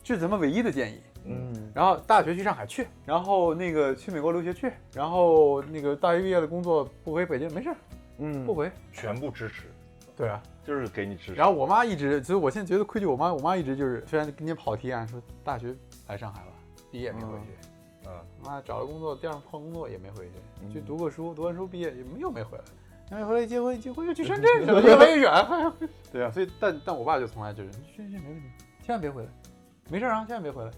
S7: 这是咱们唯一的建议。
S2: 嗯
S7: 然后大学去上海去，然后那个去美国留学去，然后那个大学毕业了工作不回北京没事儿，
S2: 嗯
S7: 不回。
S3: 全部支持，
S7: 对啊，
S3: 就是给你支持。
S7: 然后我妈一直，所以我现在觉得愧疚我妈，我妈一直就是虽然跟你跑题啊，说大学来上海了，毕业没回去，
S3: 啊，
S7: 妈找了工作，第二份换工作也没回去，去读个书，读完书毕业也没又没回来。没回来结婚，结婚又去深 (laughs) 圳去了，越来越远。对啊，所以但但我爸就从来就是去去去没问题，千万别回来，没事儿啊，千万别回来。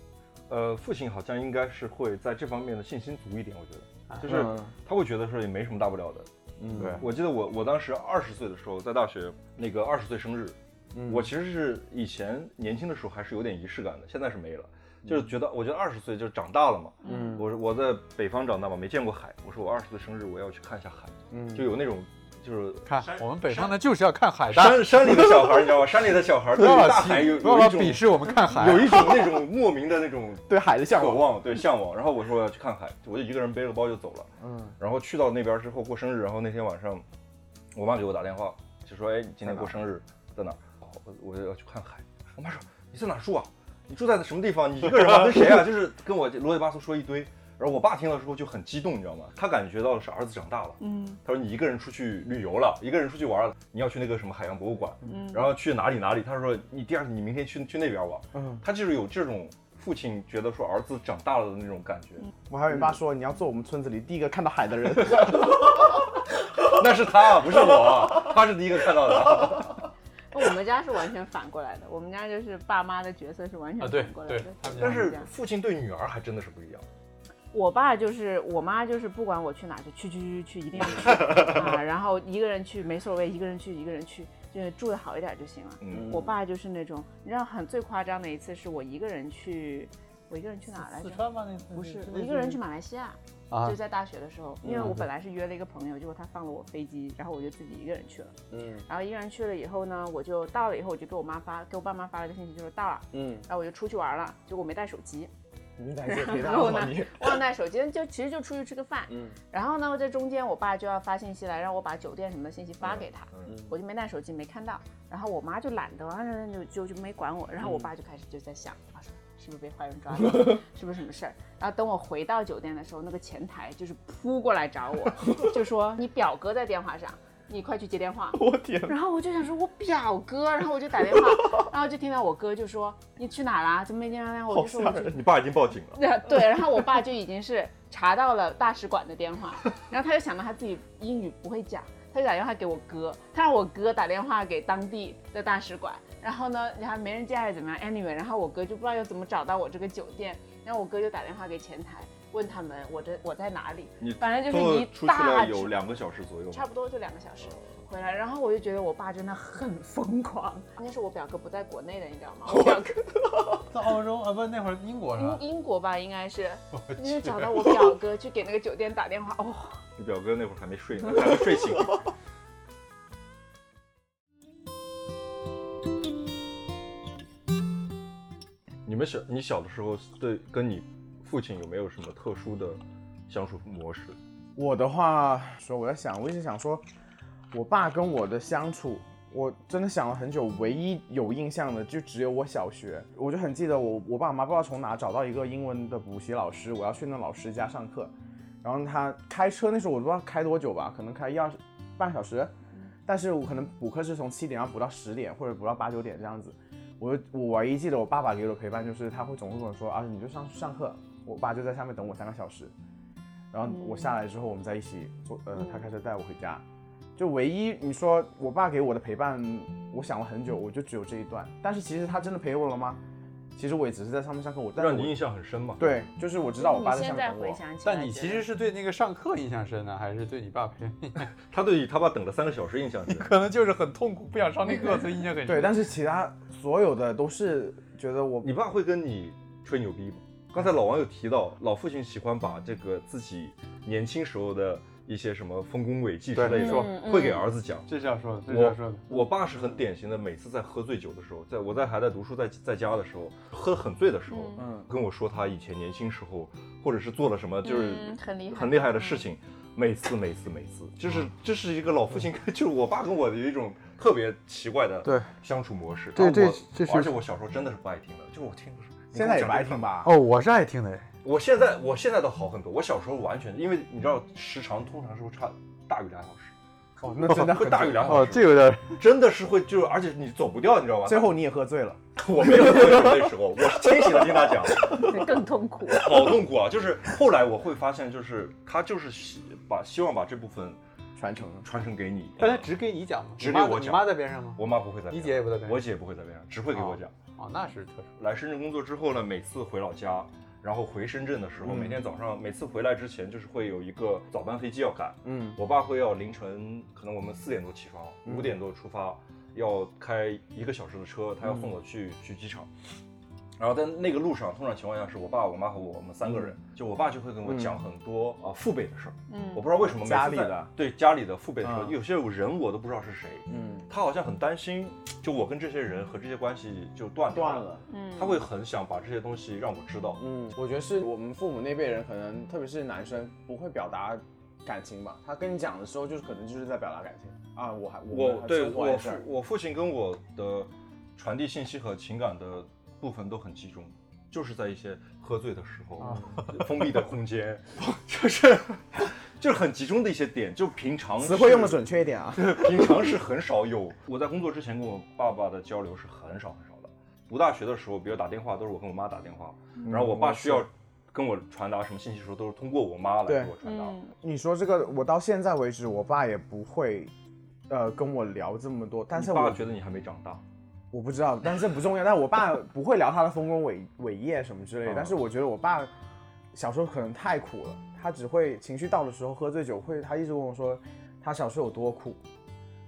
S3: 呃，父亲好像应该是会在这方面的信心足一点，我觉得，就是
S2: 嗯
S3: 他会觉得说也没什么大不了的。
S2: 嗯
S7: 对
S3: 我记得我我当时二十岁的时候，在大学那个二十岁生日，
S2: 嗯
S3: 我其实是以前年轻的时候还是有点仪式感的，现在是没了。就是觉得，我觉得二十岁就是长大了嘛。
S2: 嗯
S3: 我我在北方长大嘛，没见过海。我说我二十岁生日，我要去看一下海，
S2: 嗯
S3: 就有那种就是
S7: 看我们北方的就是要看海大，
S3: 山山里的小孩儿，你知道吗？山里的小孩儿
S7: 不
S3: 对
S7: 要
S3: 于
S7: 老 (laughs)
S3: 大海有
S7: 不要老
S3: 有一
S7: 鄙
S3: 种
S7: 视我们看海，
S3: 有一种那种莫名的那种
S2: (laughs) 对海的向
S3: 渴
S2: 往，
S3: 望，对向往。然后我说我要去看海，我就一个人背了包就走了。
S2: 嗯
S3: 然后去到那边之后过生日，然后那天晚上，我妈给我打电话，就说：“哎，你今天过生日在哪儿？”我我就要去看海。我妈说：“你在哪儿住啊？你住在什么地方？你一个人吗？跟谁
S2: (laughs)
S3: 啊？”就是跟我啰里吧嗦说一堆。然后我爸听了之后就很激动，你知道吗？他感觉到是儿子长大了。
S5: 嗯
S3: 他说：“你一个人出去旅游了，一个人出去玩了，你要去那个什么海洋博物馆，
S5: 嗯
S3: 然后去哪里哪里。”他说：“你第二天你明天去去那边玩。”
S2: 嗯，
S3: 他就是有这种父亲觉得说儿子长大了的那种感觉。
S2: 我还有你爸说你要做我们村子里第一个看到海的人，
S3: 那是他啊，不是我啊，他是第一个看到的啊。
S5: 我们家是完全反过来的，我们家就是爸妈的角色是完
S7: 啊，
S5: 全
S7: 对
S5: 反过来
S7: 对
S5: 的。，
S7: 他们家
S3: 但是
S5: 这样
S3: 父亲对女儿还真的是不一样。
S5: 我爸就是我妈就是不管我去哪就去去去去，一定要去啊，然后一个人去没所谓，一个人去一个人去，就是住的好一点就行了。
S3: 嗯
S5: 我爸就是那种，你知道很最夸张的一次是我一个人去，我一个人去哪来
S7: 四
S5: 着？
S7: 川吗？那次
S5: 不是
S7: 那，次
S5: 我一个人去马来西亚，
S7: 啊
S5: 就，在大学的时候，因为我本来是约了一个朋友，结果他放了我飞机，然后我就自己一个人去了。
S2: 嗯
S5: 然后一个人去了以后呢，我就到了以后，我就给我妈发，给我爸妈发了个信息，就说到了，
S2: 嗯，
S5: 然后我就出去玩了，结果我没带手机，
S2: 你感觉别
S5: 然
S2: 大
S5: 后
S2: 了
S5: 呢
S2: 你，
S5: 忘带手机，就其实就出去吃个饭，
S2: 嗯
S5: 然后呢，这中间我爸就要发信息来让我把酒店什么的信息发给他，
S3: 嗯
S5: 我就没带手机没看到，然后我妈就懒得，啊就就就没管我，
S3: 嗯
S5: 然后我爸就开始就在想，啊是不是被
S3: (laughs)
S5: 坏人抓了，是不是什么事儿？然后等我回
S3: (laughs)
S5: 到酒店的时候，那个前台就是扑过来找我，就说你表哥在电话上。你快去接电话。
S8: 我天，
S5: 然后我就想说，我表哥，然后我就打电
S3: (laughs)
S5: 话，然后就听到我哥就说你去哪啦？怎么没见到他？我
S8: 好
S5: 就说
S8: 吓
S5: 我去
S8: 人！
S3: 你爸已经报警了，
S5: 那对，然后我爸就已经是查到了大使馆的电话，然后他就想到他自己英语不会讲，他就打电话给我哥，他让我哥打电话给当地的大使馆，然后呢，然后没人接还是怎么样？Anyway，然后我哥就不知道要怎么找到我这个酒店，然后我哥就打电话给前台问他们我这我在哪里，
S3: 你
S5: 反正就是
S3: 坐
S5: 一
S3: 出去
S5: 大
S3: 了有
S5: 群
S3: 两个小时左右吧，
S5: 差不多就两个小时回来，然后我就觉得我爸真的很疯狂。那是我表哥不在国内的，你知道吗？我表哥
S7: 在澳洲啊，不，那会儿英国是吧
S5: 英？英国吧，应该是，
S7: 我
S5: 就是
S7: 去，
S5: 找到我表哥去给那个酒店打电话。哦，
S3: 你表哥那会儿还没睡呢，还没睡
S2: (laughs)
S3: 醒。你们小你小的时候对跟你父亲有没有什么特殊的相处模式？
S2: 我的话说，我在想，我一直想说，我爸跟我的相处，我真的想了很久，唯一有印象的就只有我小学，我就很记得我我爸妈不知道从哪找到一个英文的补习老师，我要去那老师家上课，然后他开车那时候我不知道开多久吧，可能开一二十半个小时，
S5: 嗯
S2: 但是我可能补课是从七点要补到十点或者补到八九点这样子，我我唯一记得我爸爸给我的陪伴就是他会总会跟我说啊你就上上课，我爸就在下面等我三个小时。然后我下来之后，我们再一起坐，呃，他开车带我回家。就唯一你说我爸给我的陪伴，我想了很久，我就只有这一段。但是其实他真的陪我了吗？其实我也只是在上面上课，我但是
S3: 让你
S2: 我
S3: 印象很深嘛？，
S2: 对，就是我知道我
S5: 你
S2: 爸在
S5: 现
S2: 上
S5: 在
S2: 面等
S5: 回
S2: 我。
S5: 想起来，
S7: (laughs) 但你其实是对那个上课印象深呢，还是对你爸 (laughs) 陪？。
S3: 他对他爸等了三个小时印象深
S7: 可能就是很痛苦，不想上那课，所以印象很深。
S2: 对，但是其他所有的都是觉得我
S3: 你爸会跟你吹牛逼吗？刚才老王有提到，老父亲喜欢把这个自己年轻时候的一些什么丰功伟绩之
S7: 对
S3: 类的，
S7: 说
S3: 会给儿子讲。
S7: 这是要说的，这是要说
S3: 我
S7: 的。
S3: 我爸是很典型的，每次在喝醉酒的时候，在我在还在读书在在家的时候，喝得很醉的时候，
S2: 嗯
S3: 跟我说他以前年轻时候，或者是做了什么就是
S5: 嗯很厉害
S3: 很厉害的事情，每次每次每次，就是
S2: 嗯
S3: 这是一个老父亲，就是我爸跟 (laughs) 我的一种特别奇怪的
S7: 对
S3: 相处模式。
S7: 对
S3: 然后我
S7: 这这是
S3: 而且我小时候真的是不爱听的，就是我听的是
S2: 现在也不爱听。吧？
S7: 哦，我是爱听的，
S3: 我现在我现在都好很多，我小时候完全因为你知道时长通常是会差大于两小时，
S2: 哦，那
S3: (laughs)
S2: 真的
S3: 会
S2: 很
S3: 大于两小
S7: 哦
S3: 时，，
S7: 这有点
S3: 真的是会就是而且你走不掉，你知道吗？
S2: 最后你也喝醉了，
S3: 我没有喝酒那时候，我
S7: (laughs)
S3: 是清醒的听他讲，
S5: 更痛苦。
S3: 好痛苦啊！就是后来我会发现，就是他就是希把希望把这部分
S2: 传承。
S3: 传承给你，
S7: 但他只给你讲吗？
S3: 只
S7: 你妈
S3: 给我讲
S7: 你妈在边上吗？
S3: 我妈不会在边上，
S7: 你姐也不在边上
S3: 我姐也不会在边上，只会给我讲。
S7: 哦，那是特殊。
S3: 来深圳工作之后呢，每次回老家。然后回深圳的
S2: 嗯
S3: 时候，每天早上，每次回来之前，就是会有一个早班飞机要赶。
S2: 嗯，
S3: 我爸会要凌晨，可能我们四点多起床，五点多出发，要开一个小时的车，他要
S2: 嗯
S3: 送我去、去机场。然后在那个路上，通常情况下是我爸、我妈和我我们三个人，
S2: 嗯
S3: 就我爸就会跟我讲很多啊、父辈的事儿。
S5: 嗯
S3: 我不知道为什么每次在
S2: 家里的
S3: 对家里的父辈的事儿，
S2: 嗯
S3: 有些人我都不知道是谁，
S2: 嗯，
S3: 他好像很担心，就我跟这些人和这些关系就断掉
S2: 断了。
S5: 嗯
S3: 他会很想把这些东西让我知道。
S2: 嗯，我觉得是我们父母那辈人，可能特别是男生不会表达感情吧。他跟你讲的时候，就是可能就是在表达感情啊。我还我
S3: 我
S2: 们还
S3: 对
S2: 生活
S3: 我
S2: 在
S3: 父
S2: 这儿
S3: 我父亲跟我的传递信息和情感的部分都很集中，就是在一些喝醉的时候， (laughs) 封闭的空间，
S2: (laughs)
S3: 就是就是很集中的一些点，就平常
S2: 词汇用的
S3: 的
S2: 准确一 (laughs) 点啊。
S3: 平常是很少有。我在工作之前跟我爸爸的交流是很少很少的。读大学的时候，比如打电话都是我跟我妈打电话，
S2: 嗯
S3: 然后我爸需要跟我传达什么信息的时候，都是通过我妈来
S2: 对
S3: 给我传达。
S5: 嗯
S2: 你说这个，我到现在为止，我爸也不会，呃，跟我聊这么多。但是
S3: 你爸
S2: 我
S3: 觉得你还没长大，
S2: 我不知道，但是这不重要。但我爸不会聊他的丰功伟伟业什么之类的。但
S3: 嗯
S2: 是我觉得我爸小时候可能太苦了，他只会情绪到的时候喝醉酒，会他一直跟我说他小时候有多苦，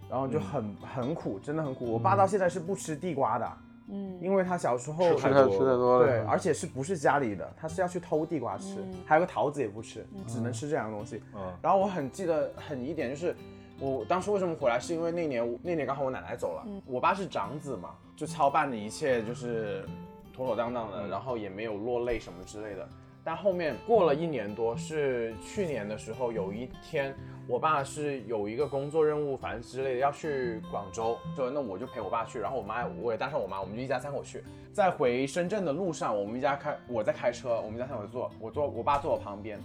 S2: 然后就
S3: 嗯
S2: 很、很苦，真的很苦。我爸到现在是不吃地瓜的，
S5: 嗯
S2: 因为他小时候
S3: 吃太多吃太
S7: 多
S2: 对，而且是不是家里的，他是要去偷地瓜吃，还有个桃子也不吃，只能吃这两个东西。
S3: 嗯
S2: 然后我很记得很一点就是，我当时为什么回来，是因为那年那年刚好我奶奶走了，我爸是长子嘛，就操办的一切就是妥妥当当的，然后也没有落泪什么之类的。但后面过了一年多，是去年的时候，有一天我爸是有一个工作任务，反正之类的要去广州，说那我就陪我爸去，然后我妈我也带上我妈，我们就一家三口去。在回深圳的路上，我们一家开我在开车，我们一家三口坐，我坐我爸坐我旁边，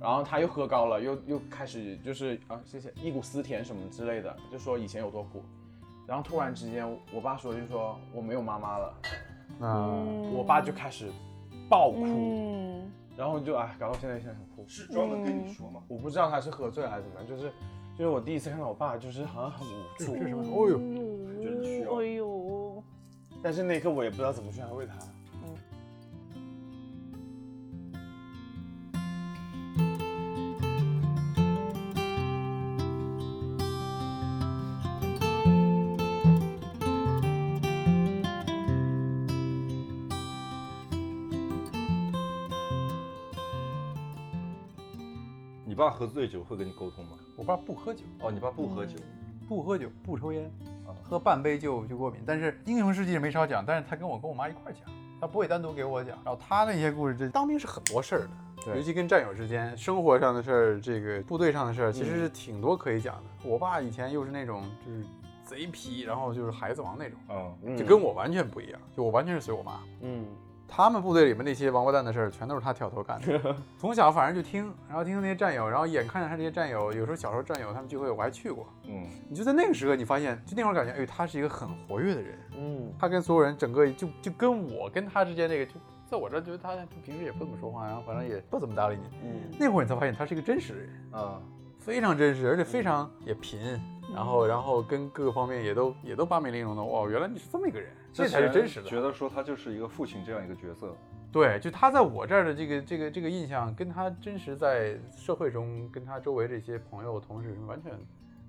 S2: 然后他又喝高了，又又开始就是啊，谢谢一股思甜什么之类的，就说以前有多苦。然后突然之间，我爸说就说我没有妈妈了，
S7: 嗯，
S2: 我爸就开始爆哭，
S5: 嗯，
S2: 然后就哎，搞到现在现在很哭。
S3: 是专门跟你说吗？
S2: 我不知道他是喝醉了还是怎么样，就是就是我第一次看到我爸就是好像很无助，
S7: 这是什么？哦呦，
S3: 就是需要
S5: 哎呦，
S2: 但是那一刻我也不知道怎么去安慰他。
S3: 你爸喝醉酒会跟你沟通吗？
S7: 我爸不喝酒，
S3: 哦，你爸不喝酒，
S7: 不喝酒，不抽烟，啊喝半杯就就过敏。但是英雄事迹没少讲，但是他跟我跟我妈一块儿讲，他不会单独给我讲。然后他那些故事，这当兵是很多事儿的，
S2: 对
S7: 尤其跟战友之间，生活上的事儿，这个部队上的事儿，其实是挺多可以讲的。我爸以前又是那种就是贼皮，然后就是孩子王那种，
S3: 嗯，
S7: 就跟我完全不一样，就我完全是随我妈。
S2: 嗯
S7: 他们部队里面那些王八蛋的事儿，全都是他挑头干 (laughs) 的。从小反正就听，然后听那些战友，然后眼看着他这些战友，有时候小时候战友他们聚会我还去过，
S3: 嗯，
S7: 你就在那个时刻，你发现就那会儿感觉，哎，他是一个很活跃的人，
S2: 嗯
S7: 他跟所有人整个就就跟我跟他之间那个，就在我这儿觉得他平时也不怎么说话，然后反正也不怎么搭理你。
S2: 嗯
S7: 那会儿你才发现他是一个真实的人，
S2: 啊
S7: 非常真实，而且非常也贫，然后然后跟各个方面也都也都八面玲珑的。哇，原来你是这么一个人，这才是真实的。
S3: 觉得说他就是一个父亲这样一个角色，
S7: 对，就他在我这儿的这个这个这个印象，跟他真实在社会中跟他周围这些朋友同事完全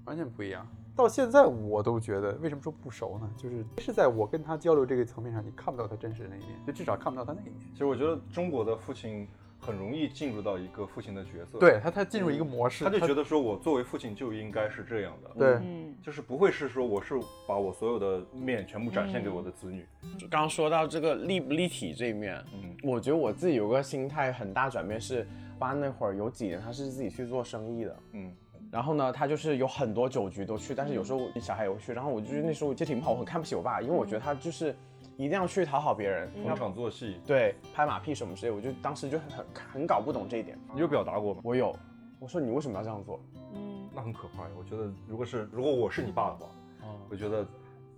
S7: 完全不一样。到现在我都觉得，为什么说不熟呢？就是是在我跟他交流这个层面上，你看不到他真实的那一面，就至少看不到他那一面。
S3: 其实我觉得中国的父亲很容易进入到一个父亲的角色，，嗯
S7: 对他，嗯他进入一个模式，
S3: 他就觉得说我作为父亲就应该是这样的，
S7: 对，
S5: 嗯，
S3: 就是不会是说我是把我所有的面全部展现给我的子女，
S2: 就刚刚说到这个立不立体这一面，
S3: 嗯
S2: 我觉得我自己有个心态很大转变是，爸那会儿有几年他是自己去做生意的，
S3: 嗯
S2: 然后呢，他就是有很多酒局都去，但是有时候我小孩也会去，然后我就是那时候就挺不好，我很看不起我爸，
S3: 嗯
S2: 因为我觉得他就是一定要去讨好别人，
S3: 逢场作戏，
S2: 对，拍马屁什么之类，我就当时就很很很搞不懂这一点。
S3: 你有表达过吗？
S2: 我有，我说你为什么要这样做？
S3: 那很可怕呀！我觉得，如果是如果我是你爸的话，
S2: 嗯
S3: 我觉得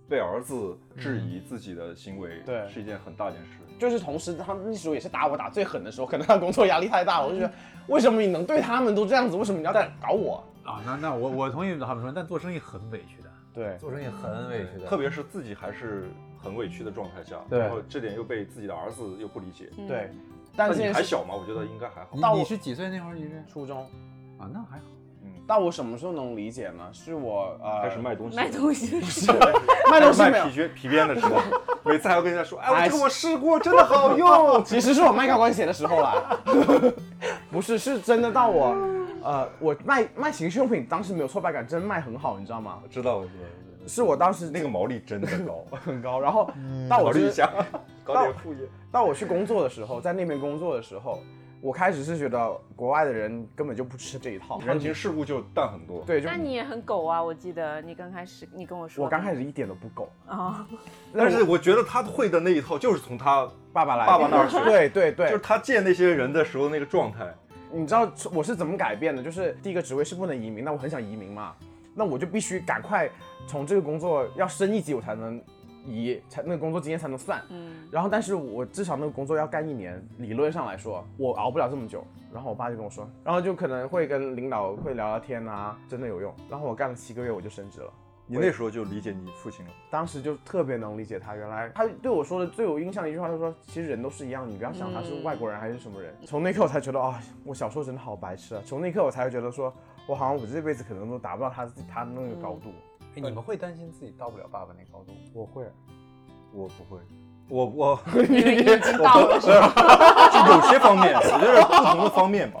S3: 被儿子质疑自己的行为，
S2: 对
S3: 是一件很大件事。
S2: 就是同时，他那时候也是打我打最狠的时候，可能他工作压力太大，我就
S3: 嗯
S2: 觉得为什么你能对他们都这样子，为什么你要搞我？
S7: 啊，那那我我同意他们说，但做生意很委屈的，
S2: 对，
S7: 做生意很委屈的，
S3: 特别是自己还是很委屈的状态下，
S2: 对
S3: 然后这点又被自己的儿子又不理解。
S5: 嗯
S2: 对，但
S3: 你
S2: 是
S3: 还小嘛，我觉得应该还好。
S7: 你
S2: 到我
S7: 你是几岁那会儿？你是
S2: 初中，
S7: 啊，那还好。
S2: 到我什么时候能理解呢？是我呃
S3: 开始卖东西，
S5: 卖
S4: (laughs)
S5: 东西的时
S2: 卖东西没
S3: 卖
S2: 有
S3: 皮，靴皮鞭的时
S2: (laughs)
S3: 候，每次还要跟人家说，哎，
S2: 哎
S3: 我这个我试过，真的 (laughs) 好用。
S2: 哦其实是我卖高跟鞋的时候啦， (laughs) 不是，是真的到我呃我卖卖情趣用品，当时没有挫败感，真卖很好，你知道吗？
S3: 知道，我知道，
S2: 是我当
S3: (laughs)
S2: 时
S3: 那个毛利真的高，
S2: 很高，然后
S5: 嗯
S3: (laughs)
S2: 到
S3: 考
S2: 我
S3: 虑
S2: 是
S3: 一下，搞点
S2: 到
S3: 副业。
S2: 到我去工作的时候，在那边工作的时候，我开始是觉得国外的人根本就不吃这一套，
S3: 人情世故就淡很多。
S2: 对，就
S5: 那你也很狗啊！我记得你刚开始你跟我说，
S2: 我刚开始一点都不狗，
S5: 啊，
S3: 但是我觉得他会的那一套就是从他
S2: 爸爸来的，
S3: 爸爸那儿学
S2: 对对对，
S3: 就是他见那些人的时候那个状态，
S2: 你知道我是怎么改变的？就是第一个职位是不能移民，那我很想移民嘛，那我就必须赶快从这个工作要升一级，我才能移，才那个工作经验才能算。嗯。然后，但是我至少那个工作要干一年，理论上来说，我熬不了这么久。然后我爸就跟我说，然后就可能会跟领导会聊聊天啊，真的有用。然后我干了七个月，我就升职了。
S3: 你那时候就理解你父亲了。
S2: 当时就特别能理解他。原来他对我说的最有印象的一句话，他说：“其实人都是一样，你不要想他是外国人还是什么人。从那一刻我才觉得，啊、我小时候真的好白痴啊！从那一刻我才觉得说，我好像我这辈子可能都达不到他自己他那个高度。
S7: 哎，你们会担心自己到不了爸爸那高度？
S2: 我会，
S3: 我不会，我我
S5: 你已经到了是吧？
S3: 就有些方面，我觉得是不同的方面吧。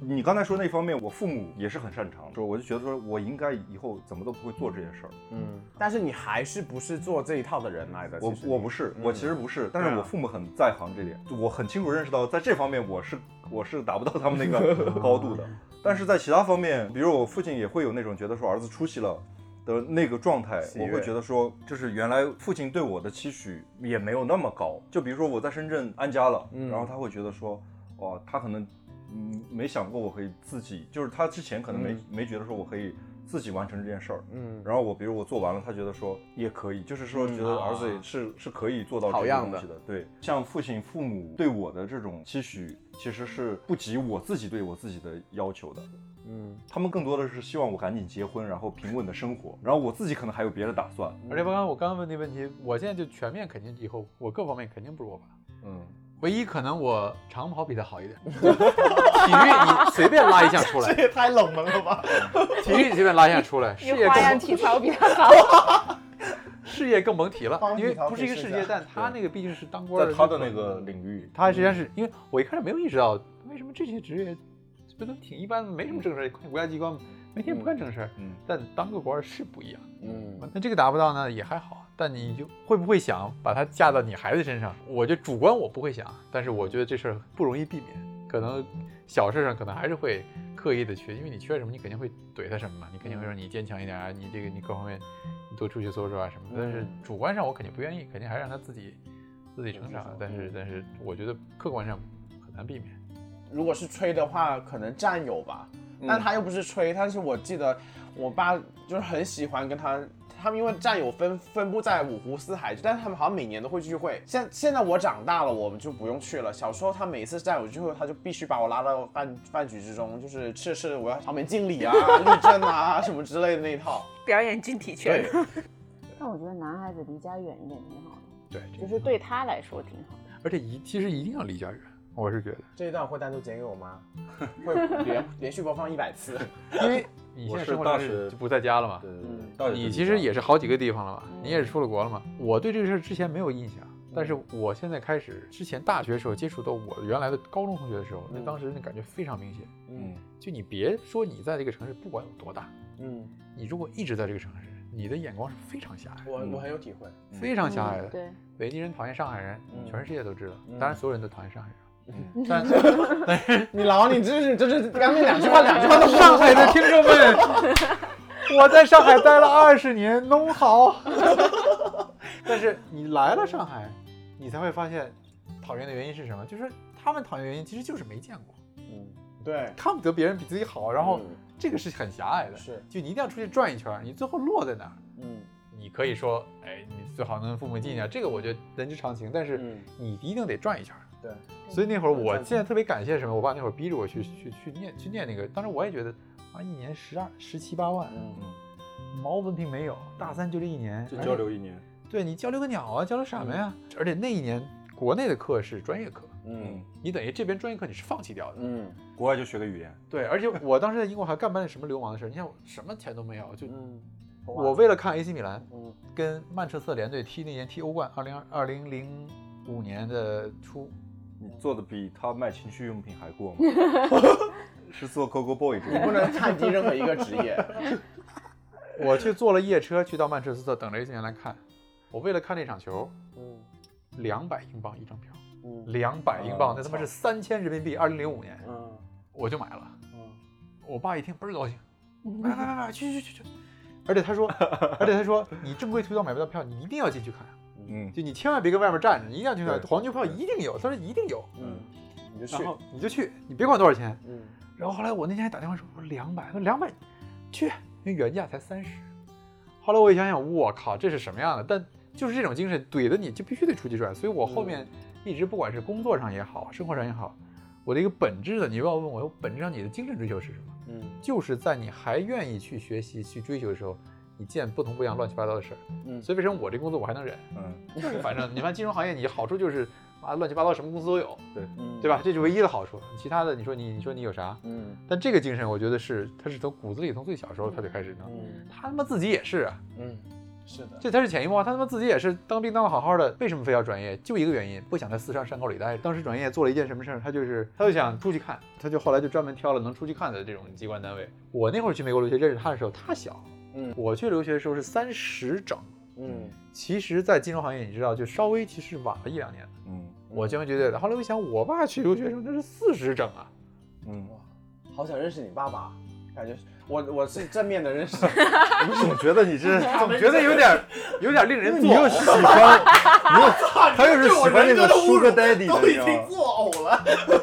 S3: 你刚才说那方面，我父母也是很擅长，说我就觉得说我应该以后怎么都不会做这些事儿。
S2: 嗯，但是你还是不是做这一套的人来的。
S3: 我
S2: 其实你嗯啊
S3: 我不是，我其实不是，但是我父母很在行这点，我很清楚认识到，在这方面我是我是达不到他们那
S2: (laughs)
S3: 个高度
S2: 嗯
S3: 的。但是在其他方面，比如我父亲也会有那种觉得说儿子出息了的那个状态，
S2: 喜
S3: 我
S2: 悦
S3: 会觉得说，就是原来父亲对我的期许也
S2: 嗯
S3: 没有那么高。就比如说我在深圳安家了，然后他会觉得说，哦，他可能嗯没想过我可以自己，就是他之前可能没、
S2: 嗯
S3: 没觉得说我可以自己完成这件事儿。
S2: 嗯，
S3: 然后我比如我做完了，他觉得说也可以，就是说
S2: 嗯
S3: 觉得
S2: 啊
S3: 儿子也是、是可以做到
S2: 好
S3: 这
S2: 样
S3: 个东
S2: 的
S3: 西的。对，像父亲父母对我的这种期许，其实是不及我自己对我自己的要求的。
S2: (laughs) 嗯，
S3: 他们更多的是希望我赶紧结婚，然后平稳的生活，然后我自己可能还有别的打算。
S7: 而且刚刚我刚刚问那问题，我现在就全面肯定以后我各方面肯定不如我爸，
S3: 嗯，
S7: 唯一可能我长跑比
S3: (laughs)
S7: 他好一点，体育你随便拉一项出来，
S8: 也太冷门了吧？
S7: 体育你随便拉一项出来，事
S4: 你
S7: 业
S4: 花
S7: 更
S4: 样
S7: 甭
S4: 体操比 (laughs) 他好。
S7: 事业更甭提了
S2: 花，样
S7: 因为
S2: 体操
S7: 不是一个
S2: 可以
S7: 世
S2: 试一
S7: 界，
S2: 下
S7: 但他那个毕竟是当官
S3: 在
S7: 的，
S3: 他的那个嗯领域，
S7: 他实际上是因为我一开始没有意识到为什么这些职业不都挺一般，没什么正事儿，国家机关每天不干正事儿，
S3: 嗯，
S7: 但当个官儿是不一样。
S2: 嗯，
S7: 那这个达不到呢也还好，但你就会不会想把它架到你孩子身上？我觉得主观我不会想，但是我觉得这事儿不容易避免，可能小事上可能还是会刻意的去，因为你缺什么，你肯定会怼他什么嘛，你肯定会
S3: 嗯
S7: 说你坚强一点啊，你这个你各方面你多出去搜搜啊什么的。但是
S3: 嗯
S7: 主观上我肯定不愿意，肯定还是让他自己自己成长。但
S3: 嗯
S7: 是但是我觉得客观上很难避免。
S2: 如果是吹的话，可能战友吧，但他又不是吹，但是我记得我爸就是很喜欢跟他。他们因为战友分分布在五湖四海，但是他们好像每年都会聚会。现现在我长大了，我们就不用去了。小时候他每次战友聚会，他就必须把我拉到饭饭局之中，就是吃着吃着我要场面敬礼啊、立正啊什么之类的那一套。
S4: 表演军体拳
S2: 对，，
S5: 但我觉得男孩子离家远一点挺好的，
S7: 对，这
S5: 就是
S7: 个，
S5: 对他来说挺好的。
S7: 而且一其实一定要离家远，我是觉得，
S2: 这一段会单独剪给我妈，会连连续播放一百次。
S7: 因为你现
S3: 我
S7: 在
S3: 是
S7: 生活
S3: 大
S7: 中
S3: 学
S7: 就不在家了嘛。
S3: 对对
S2: 嗯
S3: 对，到底
S7: 你
S3: 是
S7: 其
S3: 怎
S7: 实
S3: 样
S7: 也是好几个地方了嘛，你也是出了国了嘛。我对这个事儿之前没有印象，但是我现在开始，之前大学时候接触到我原来的高中同学的时候，那
S2: 嗯
S7: 当时那感觉非常明显。
S2: 嗯
S7: 就你别说你在这个城市不管有多大，
S2: 嗯，
S7: 你如果一直在这个城市，你的眼光是非常狭隘，
S2: 我我很有体会。
S7: 非常狭隘的。
S5: 嗯对，
S7: 北京人讨厌上海人，全世界都知道，
S2: 嗯
S7: 当然所有人都讨厌上海人。
S2: 嗯
S7: 但
S2: 你老你这是这是刚才两句 (laughs) 话两句话都不
S7: (laughs) 上海的听
S2: (laughs)
S7: 众们，我在上海待了二十年，侬好。 (laughs) 但是你来了上海，你才会发现，讨厌的原因是什么？就是他们讨厌的原因其实就是没见过，
S2: 嗯对，
S7: 看不得别人比自己好，然后
S2: 嗯
S7: 这个是很狭隘的，
S2: 是
S7: 就你一定要出去转一圈，你最后落在哪儿？
S2: 嗯
S7: 你可以说，哎，你最好能父母近一点，这个我觉得人之常情，但是
S2: 嗯
S7: 你一定得转一圈。
S2: 对，
S7: 所以那会儿我
S2: 嗯
S7: 现在特别感谢什么，我爸那会儿逼着我去去去念去念那个，当时我也觉得啊，一年十二十七八万，
S2: 嗯
S7: 毛文凭没有，大三就这一年，
S3: 就
S7: 而且
S3: 交，流一年，
S7: 对你交流个鸟啊，交流什么呀？而且那一年国内的课是专业课，
S2: 嗯
S3: 嗯，
S7: 你等于这边专业课你是放弃掉的。
S2: 嗯
S3: 国外就学个语言，
S7: 对，而且我当时在英国还干办了什么流氓的事儿，你看我什么钱都没有，就
S2: 嗯，
S7: 我为了看 AC 米兰
S2: 嗯
S7: 跟曼彻斯特联队踢那年踢欧冠，二零二零零五年的初，
S3: 你做的比他卖情趣用品还
S7: (laughs)
S3: 过吗？是做 Coco Boy 这
S2: 你不
S3: 个，
S2: 能看低任何一个职 (laughs) 业，
S7: 我去坐了夜车去到曼彻斯特等着 AC 米兰看，我为了看那场球，
S2: 嗯
S7: 两百英镑一张票，
S2: 嗯
S7: 两百英镑，
S3: 啊
S7: 那他妈是三千人民币，二零零五年
S2: 嗯
S7: 我就买了。
S2: 嗯，
S7: 我爸一听倍儿高兴，买买买买，去去去去去。而且
S2: (laughs)
S7: 他说，而且他说，你正规渠道买不到票，你一定要进去看，啊
S3: 嗯，
S7: 就你千万别跟外面站着，你一定要进去看，
S3: 对
S7: 黄牛票一定有，他说一定有，
S2: 嗯，你就去
S7: 然，后你就去，你别管多少钱。
S2: 嗯
S7: 然后后来我那天还打电话说，我说两百，他说两百，去，因为原价才三十。后来我一想想，我靠，这是什么样的？但就是这种精神怼的你就必须得出去转，所以我后面一直不管是工作上也好，生活上也好，我的一个本质的，你不要问我，我本质上你的精神追求是什么？
S2: 嗯
S7: 就是在你还愿意去学习、去追求的时候，你见不同不一样、乱七八糟的事儿。
S2: 嗯
S7: 所以为什么我这工作我还能忍？
S3: 嗯，
S7: 就是反正你看金融行业，你好处就是啊，乱七八糟什么公司都有，
S2: 嗯，
S7: 对？吧？这是唯一的好处。其他的，你说你你说你有啥？
S2: 嗯
S7: 但这个精神，我觉得是他是从骨子里，从最小时候他就开始弄。
S2: 嗯
S7: 他他妈自己也是啊，
S2: 嗯，是的，
S7: 这他是潜移默化，他他妈自己也是当兵当的好好的，为什么非要转业？就一个原因，不想在四川山沟里待着。当时转业做了一件什么事儿？他就是他就想出去看，他就后来就专门挑了能出去看的这种机关单位。我那会儿去美国留学认识他的时候，他小，
S2: 嗯
S7: 我去留学的时候是三十整。
S2: 嗯
S7: 其实，在金融行业，你知道，就稍微其实晚了一两年。
S3: 嗯
S7: 我坚决绝对的。后来我一想，我爸去留学的时候那是四十整啊，
S3: 嗯，
S2: 好想认识你爸爸，感觉是我我是正面的认 (laughs) 识，
S8: 我总觉得你
S9: (laughs)
S8: 这，
S7: 总觉得有点有点令人作
S8: 你又
S7: 呕。
S8: 喜欢，你
S9: (laughs)
S8: 又他又是
S9: 对
S8: 喜
S9: 我
S8: 欢那
S9: 人格
S8: 个
S9: 的侮
S8: Sugar
S9: 辱
S8: Daddy 的，
S9: 都
S8: 你
S9: 已
S8: 知道
S9: 经
S2: (laughs)
S8: 吗？
S9: 作呕了。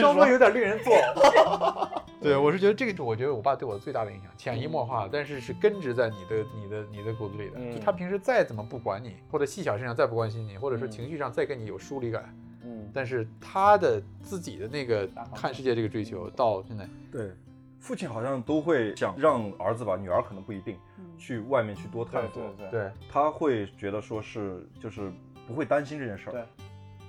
S7: 稍微有点令人作呕。嗯 (laughs) 对，我是觉得这个，我觉得我爸对我最大的影响，潜移默化，但是是根植在你的、你的、你的骨子里的。就他平时再怎么不管你，或者细小事上再不关心你，或者说情绪上再跟你有疏离感，
S2: 嗯，
S7: 但是他的自己的那个
S2: 方向
S7: 看世界这个追求，到现在，
S3: 对，父亲好像都会想让儿子吧，女儿可能不一定
S9: 嗯
S3: 去外面去多探
S2: 对
S3: 索，
S2: 对对，
S7: 对
S3: 他会觉得说是就是不会担心这件事儿。
S2: 对。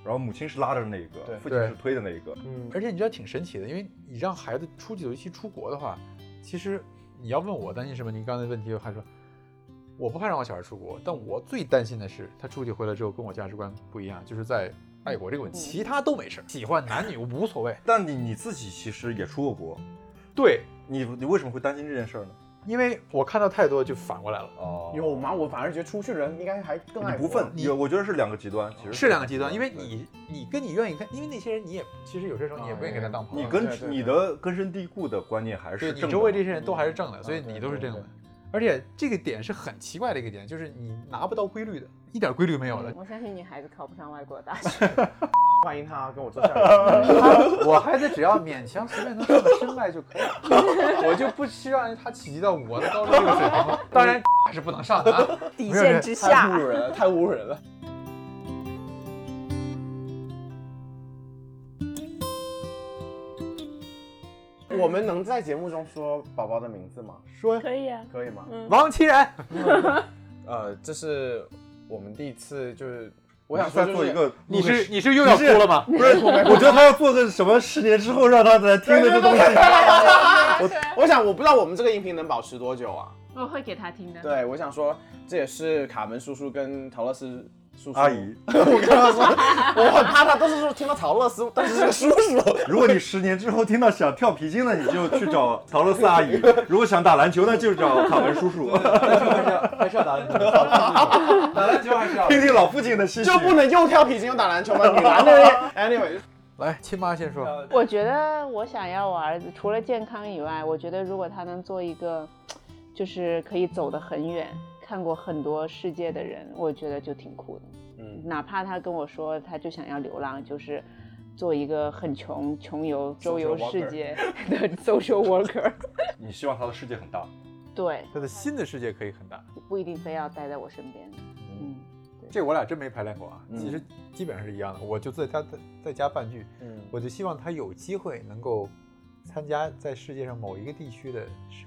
S3: 然后母亲是拉着的那一个
S2: 对，
S3: 父亲
S7: 对
S3: 是推的那一个。
S2: 嗯，
S7: 而且你知道挺神奇的，因为你让孩子出去，尤其出国的话，其实你要问我担心什么，你刚才问题还说，我不怕让我小孩出国，但我最担心的是他出去回来之后跟我价值观不一样，就是在爱国这个问
S2: 嗯
S7: 题，其他都没事儿，喜
S2: (laughs)
S7: 欢男女无所谓。
S3: 但你你自己其实也出过国，
S7: 对，
S3: 你你为什么会担心这件事儿呢？
S7: 因为我看到太多就反过来了。
S3: 哦
S2: 有吗？我反而觉得出去人应该还更爱
S3: 你不
S2: 国
S3: 愤，
S7: 你
S3: 有我觉得是两个极端，其实
S7: 是两个极端，因为
S3: 对
S7: 你你跟你愿意看，因为那些人你也其实有些时候你也不愿意跟他当朋友，
S3: 你跟
S2: 对对
S3: 你的根深蒂固的观念还是
S7: 对
S3: 正
S7: 你
S3: 的
S7: 周围这些人都还是正的，所以
S2: 对
S7: 你都是
S2: 对
S7: 正的
S2: 对。
S7: 而且这个点是很奇怪的一个点，就是你拿不到规律的，一点规律没有的。
S5: 我相信女孩子考不上外国大学。
S2: 欢迎他跟我做下一个。
S7: 我孩子只要勉强随便能上个身外就可以了，我就不希望他企及到我的高中这个水平了。当然是不能上的啊，
S4: 底
S7: 没有人
S4: 线之
S2: 太
S4: 下
S2: 侮，辱人了，太侮辱人了。我们能在节目中说宝宝的名字吗？
S7: 说
S4: 可以啊，
S2: 可以吗？
S7: 王其然，
S2: 呃，这是我们第一次，就是
S3: 我
S2: 我
S3: 想
S2: 想
S3: 再
S2: 说就
S3: 做
S2: 是
S3: 一个，
S7: 你是你是又要哭了吗？
S8: 不是，我觉得他要做个什么，十年之后让他来听的这东西。
S2: 我想我不知道我们这个音频能保持多久啊？
S5: (laughs) 我会给她听的。
S2: 对，我想说这也是卡门叔叔跟陶乐斯叔
S3: (laughs)
S2: 叔
S3: 阿姨，
S2: (laughs) 我跟他说，我很怕他，都是说听到陶乐斯，但是是个叔叔。
S3: 如果你十年之后听到想跳皮筋了，你就去找陶乐斯阿姨；如果想打篮球，那就找卡文叔叔。
S7: (laughs) 还是要打篮球，打篮球还是
S3: (laughs)
S7: 要。
S3: 听听老父亲的信息。
S2: 就不能又跳皮筋又打篮球吗？女篮的 (laughs) 人，anyway，
S7: 来，亲妈先说，
S3: 呃
S5: 我觉得我想要我儿子除了健康以外，我觉得如果他能做一个，就是可以走得很远，看过很多世界的人，我觉得就挺酷的。嗯，哪怕他跟我说他就想要流浪，就是做一个很穷穷游周游世界
S4: (laughs)
S5: 的 social worker。
S3: 你希望他的世界很大，
S5: 对，
S7: 他的新的世界可以很大。
S5: 不一定非要待在我身边。嗯，
S7: 这我俩真没排练过啊，其
S3: 嗯
S7: 实基本上是一样的。我就在家在在家办剧，我就希望他有机会能够参加在世界上某一个地区的，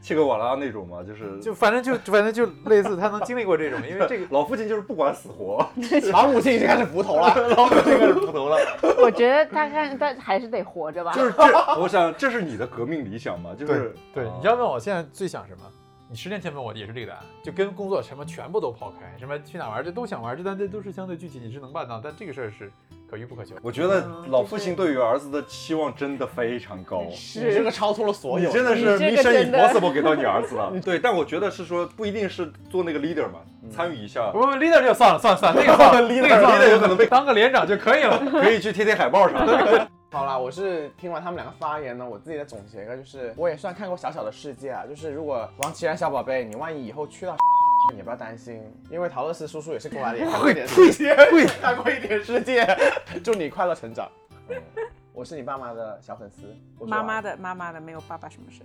S3: 切格瓦拉那种嘛，就是 (laughs)
S7: 就反正就反正就类似他能经历过这种，因为这个
S3: 老父亲就是不管死活，
S2: 老母亲已经开始服头
S7: (laughs)
S2: 了。
S3: 老母亲开 (laughs) 始不头了。
S5: 我觉得他看他还是得活着吧。
S3: 就是这，我想这是你的革命理想嘛，就是
S7: 对，
S3: 啊
S7: 你要问我现在最想什么？你十年前问我也是这个答案，就跟工作什么全部都抛开，什么去哪玩这都想玩，这但这都是相对具体，你是能办到，但这个事儿是可遇不可求。
S3: 我觉
S5: 嗯
S3: 得老父亲对于儿子的期望真的非常高，
S2: 你这个超脱了所
S3: 你
S2: 有，
S3: 真的是
S5: 你这个
S3: mission
S5: 真的
S3: impossible 给到你儿子了。对，但我觉得是说不一定是做那个 leader 嘛，参与一下
S7: 不，
S5: 嗯
S7: 不，leader 就算了，算了算了，那个算了
S3: (laughs) Leader-
S7: 那个算了
S3: leader 有可能被
S7: 当个连长就可以了。
S3: 可以去贴贴海报啥的。
S2: 好啦，我是听完他们两个发言呢，我自己的总结一个就是，我也算看过小小的世界啊，就是如果王岐然小宝贝，你万一以后去到。也不要担心，因为陶乐斯叔叔也是过来的，也看过一点世界， (laughs) 看过一点世界。 (laughs) 祝你快乐成长。嗯我是你爸妈的小粉丝，我是
S4: 妈妈
S2: 王
S4: 的妈妈的没有爸爸什么事。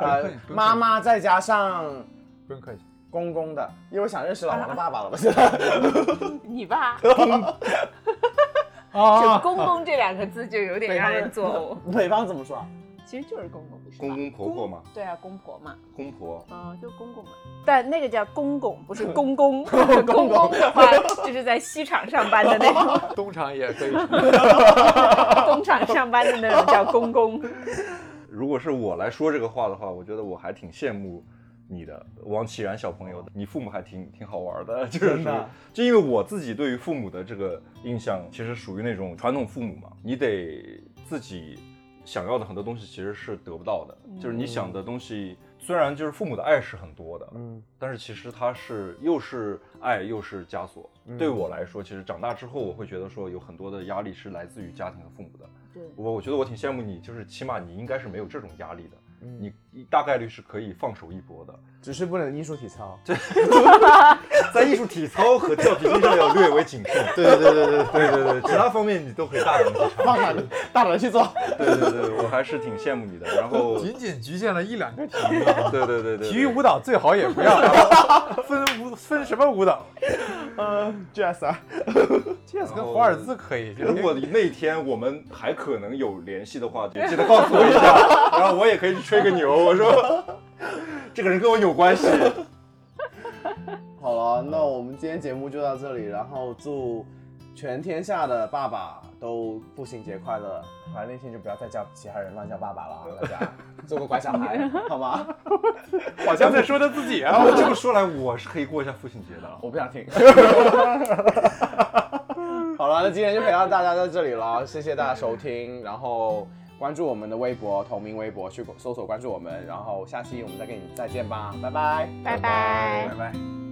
S2: 呃妈妈再加上
S7: 不用客气。
S2: 公公的，因为我想认识老王的爸爸了，
S3: (laughs)
S2: 不是？
S5: 你吧，
S3: 嗯
S2: (laughs)
S4: 就
S7: 啊，
S3: 哦
S4: 公公这两个字就有点让人
S2: (laughs)
S4: 作
S2: 北方怎么说啊？
S4: 呕，其实就是公公，不是
S3: 公
S4: 吧
S3: 公婆婆嘛，
S5: 对啊，公婆嘛，
S3: 公婆。
S5: 嗯、就公公嘛。
S4: 但那个叫公公，不是公
S5: (laughs)
S4: 公。公公的话，就是在西厂上班的那
S5: (laughs)
S4: 种，
S7: 东厂也可以。
S4: 东厂上班的那种叫公公。
S3: 如果是我来说这个话的话，我觉得我还挺羡慕你的王启然小朋友的，你父母还挺挺好玩的，就是
S2: 真的
S3: 就因为我自己对于父母的这个印象，其实属于那种传统父母嘛，你得自己想要的很多东西其实是得不到的，就是你想的东西。虽然就是父母的爱是很多的，
S2: 嗯，
S3: 但是其实它是又是爱又是枷锁。
S8: 嗯
S3: 对我来说，其实长大之后，我会觉得说有很多的压力是来自于家庭和父母的。
S5: 对
S3: 我我觉得我挺羡慕你，就是起码你应该是没有这种压力的。
S8: 嗯
S3: 你你大概率是可以放手一搏的。
S2: 只是不能艺术体操。
S3: 在艺术体操和跳皮筋上要略微谨慎，
S8: (laughs) 对对对对对
S3: 对对对，其他方面你都可以大胆去尝
S2: 大
S3: 试。
S2: 胆，大胆去做。
S3: 对对对，我还是挺羡慕你的。然后，
S7: 仅仅局限了一两个体育，
S3: 对对对对，
S7: 体育舞蹈最好也不要，分舞分什么舞蹈
S2: 嗯，Jazz 啊，
S7: ？Jazz 跟华尔兹可以，就是
S3: 如果那天我们还可能有联系的话，也记得告诉我一下，然后我也可以去吹个牛。我说，这个人跟我有关系。
S2: 好了，那我们今天节目就到这里，然后祝全天下的爸爸都父亲节快乐。反正那天就不要再叫其他人乱叫爸爸了， (laughs) 啊，大家做个乖小 (laughs) 孩，好吗？
S7: 好像在说他自己
S3: 然
S7: 啊。
S3: 后这么说来，我是可以过一下父亲节的。啊
S2: 我不想 (laughs) 听。好了，那今天就陪到大家到这里了，谢谢大家收听，然后关注我们的微博，同名微博去搜索关注我们，然后下期我们再跟你再见吧，拜拜。
S4: 拜拜
S7: 拜拜。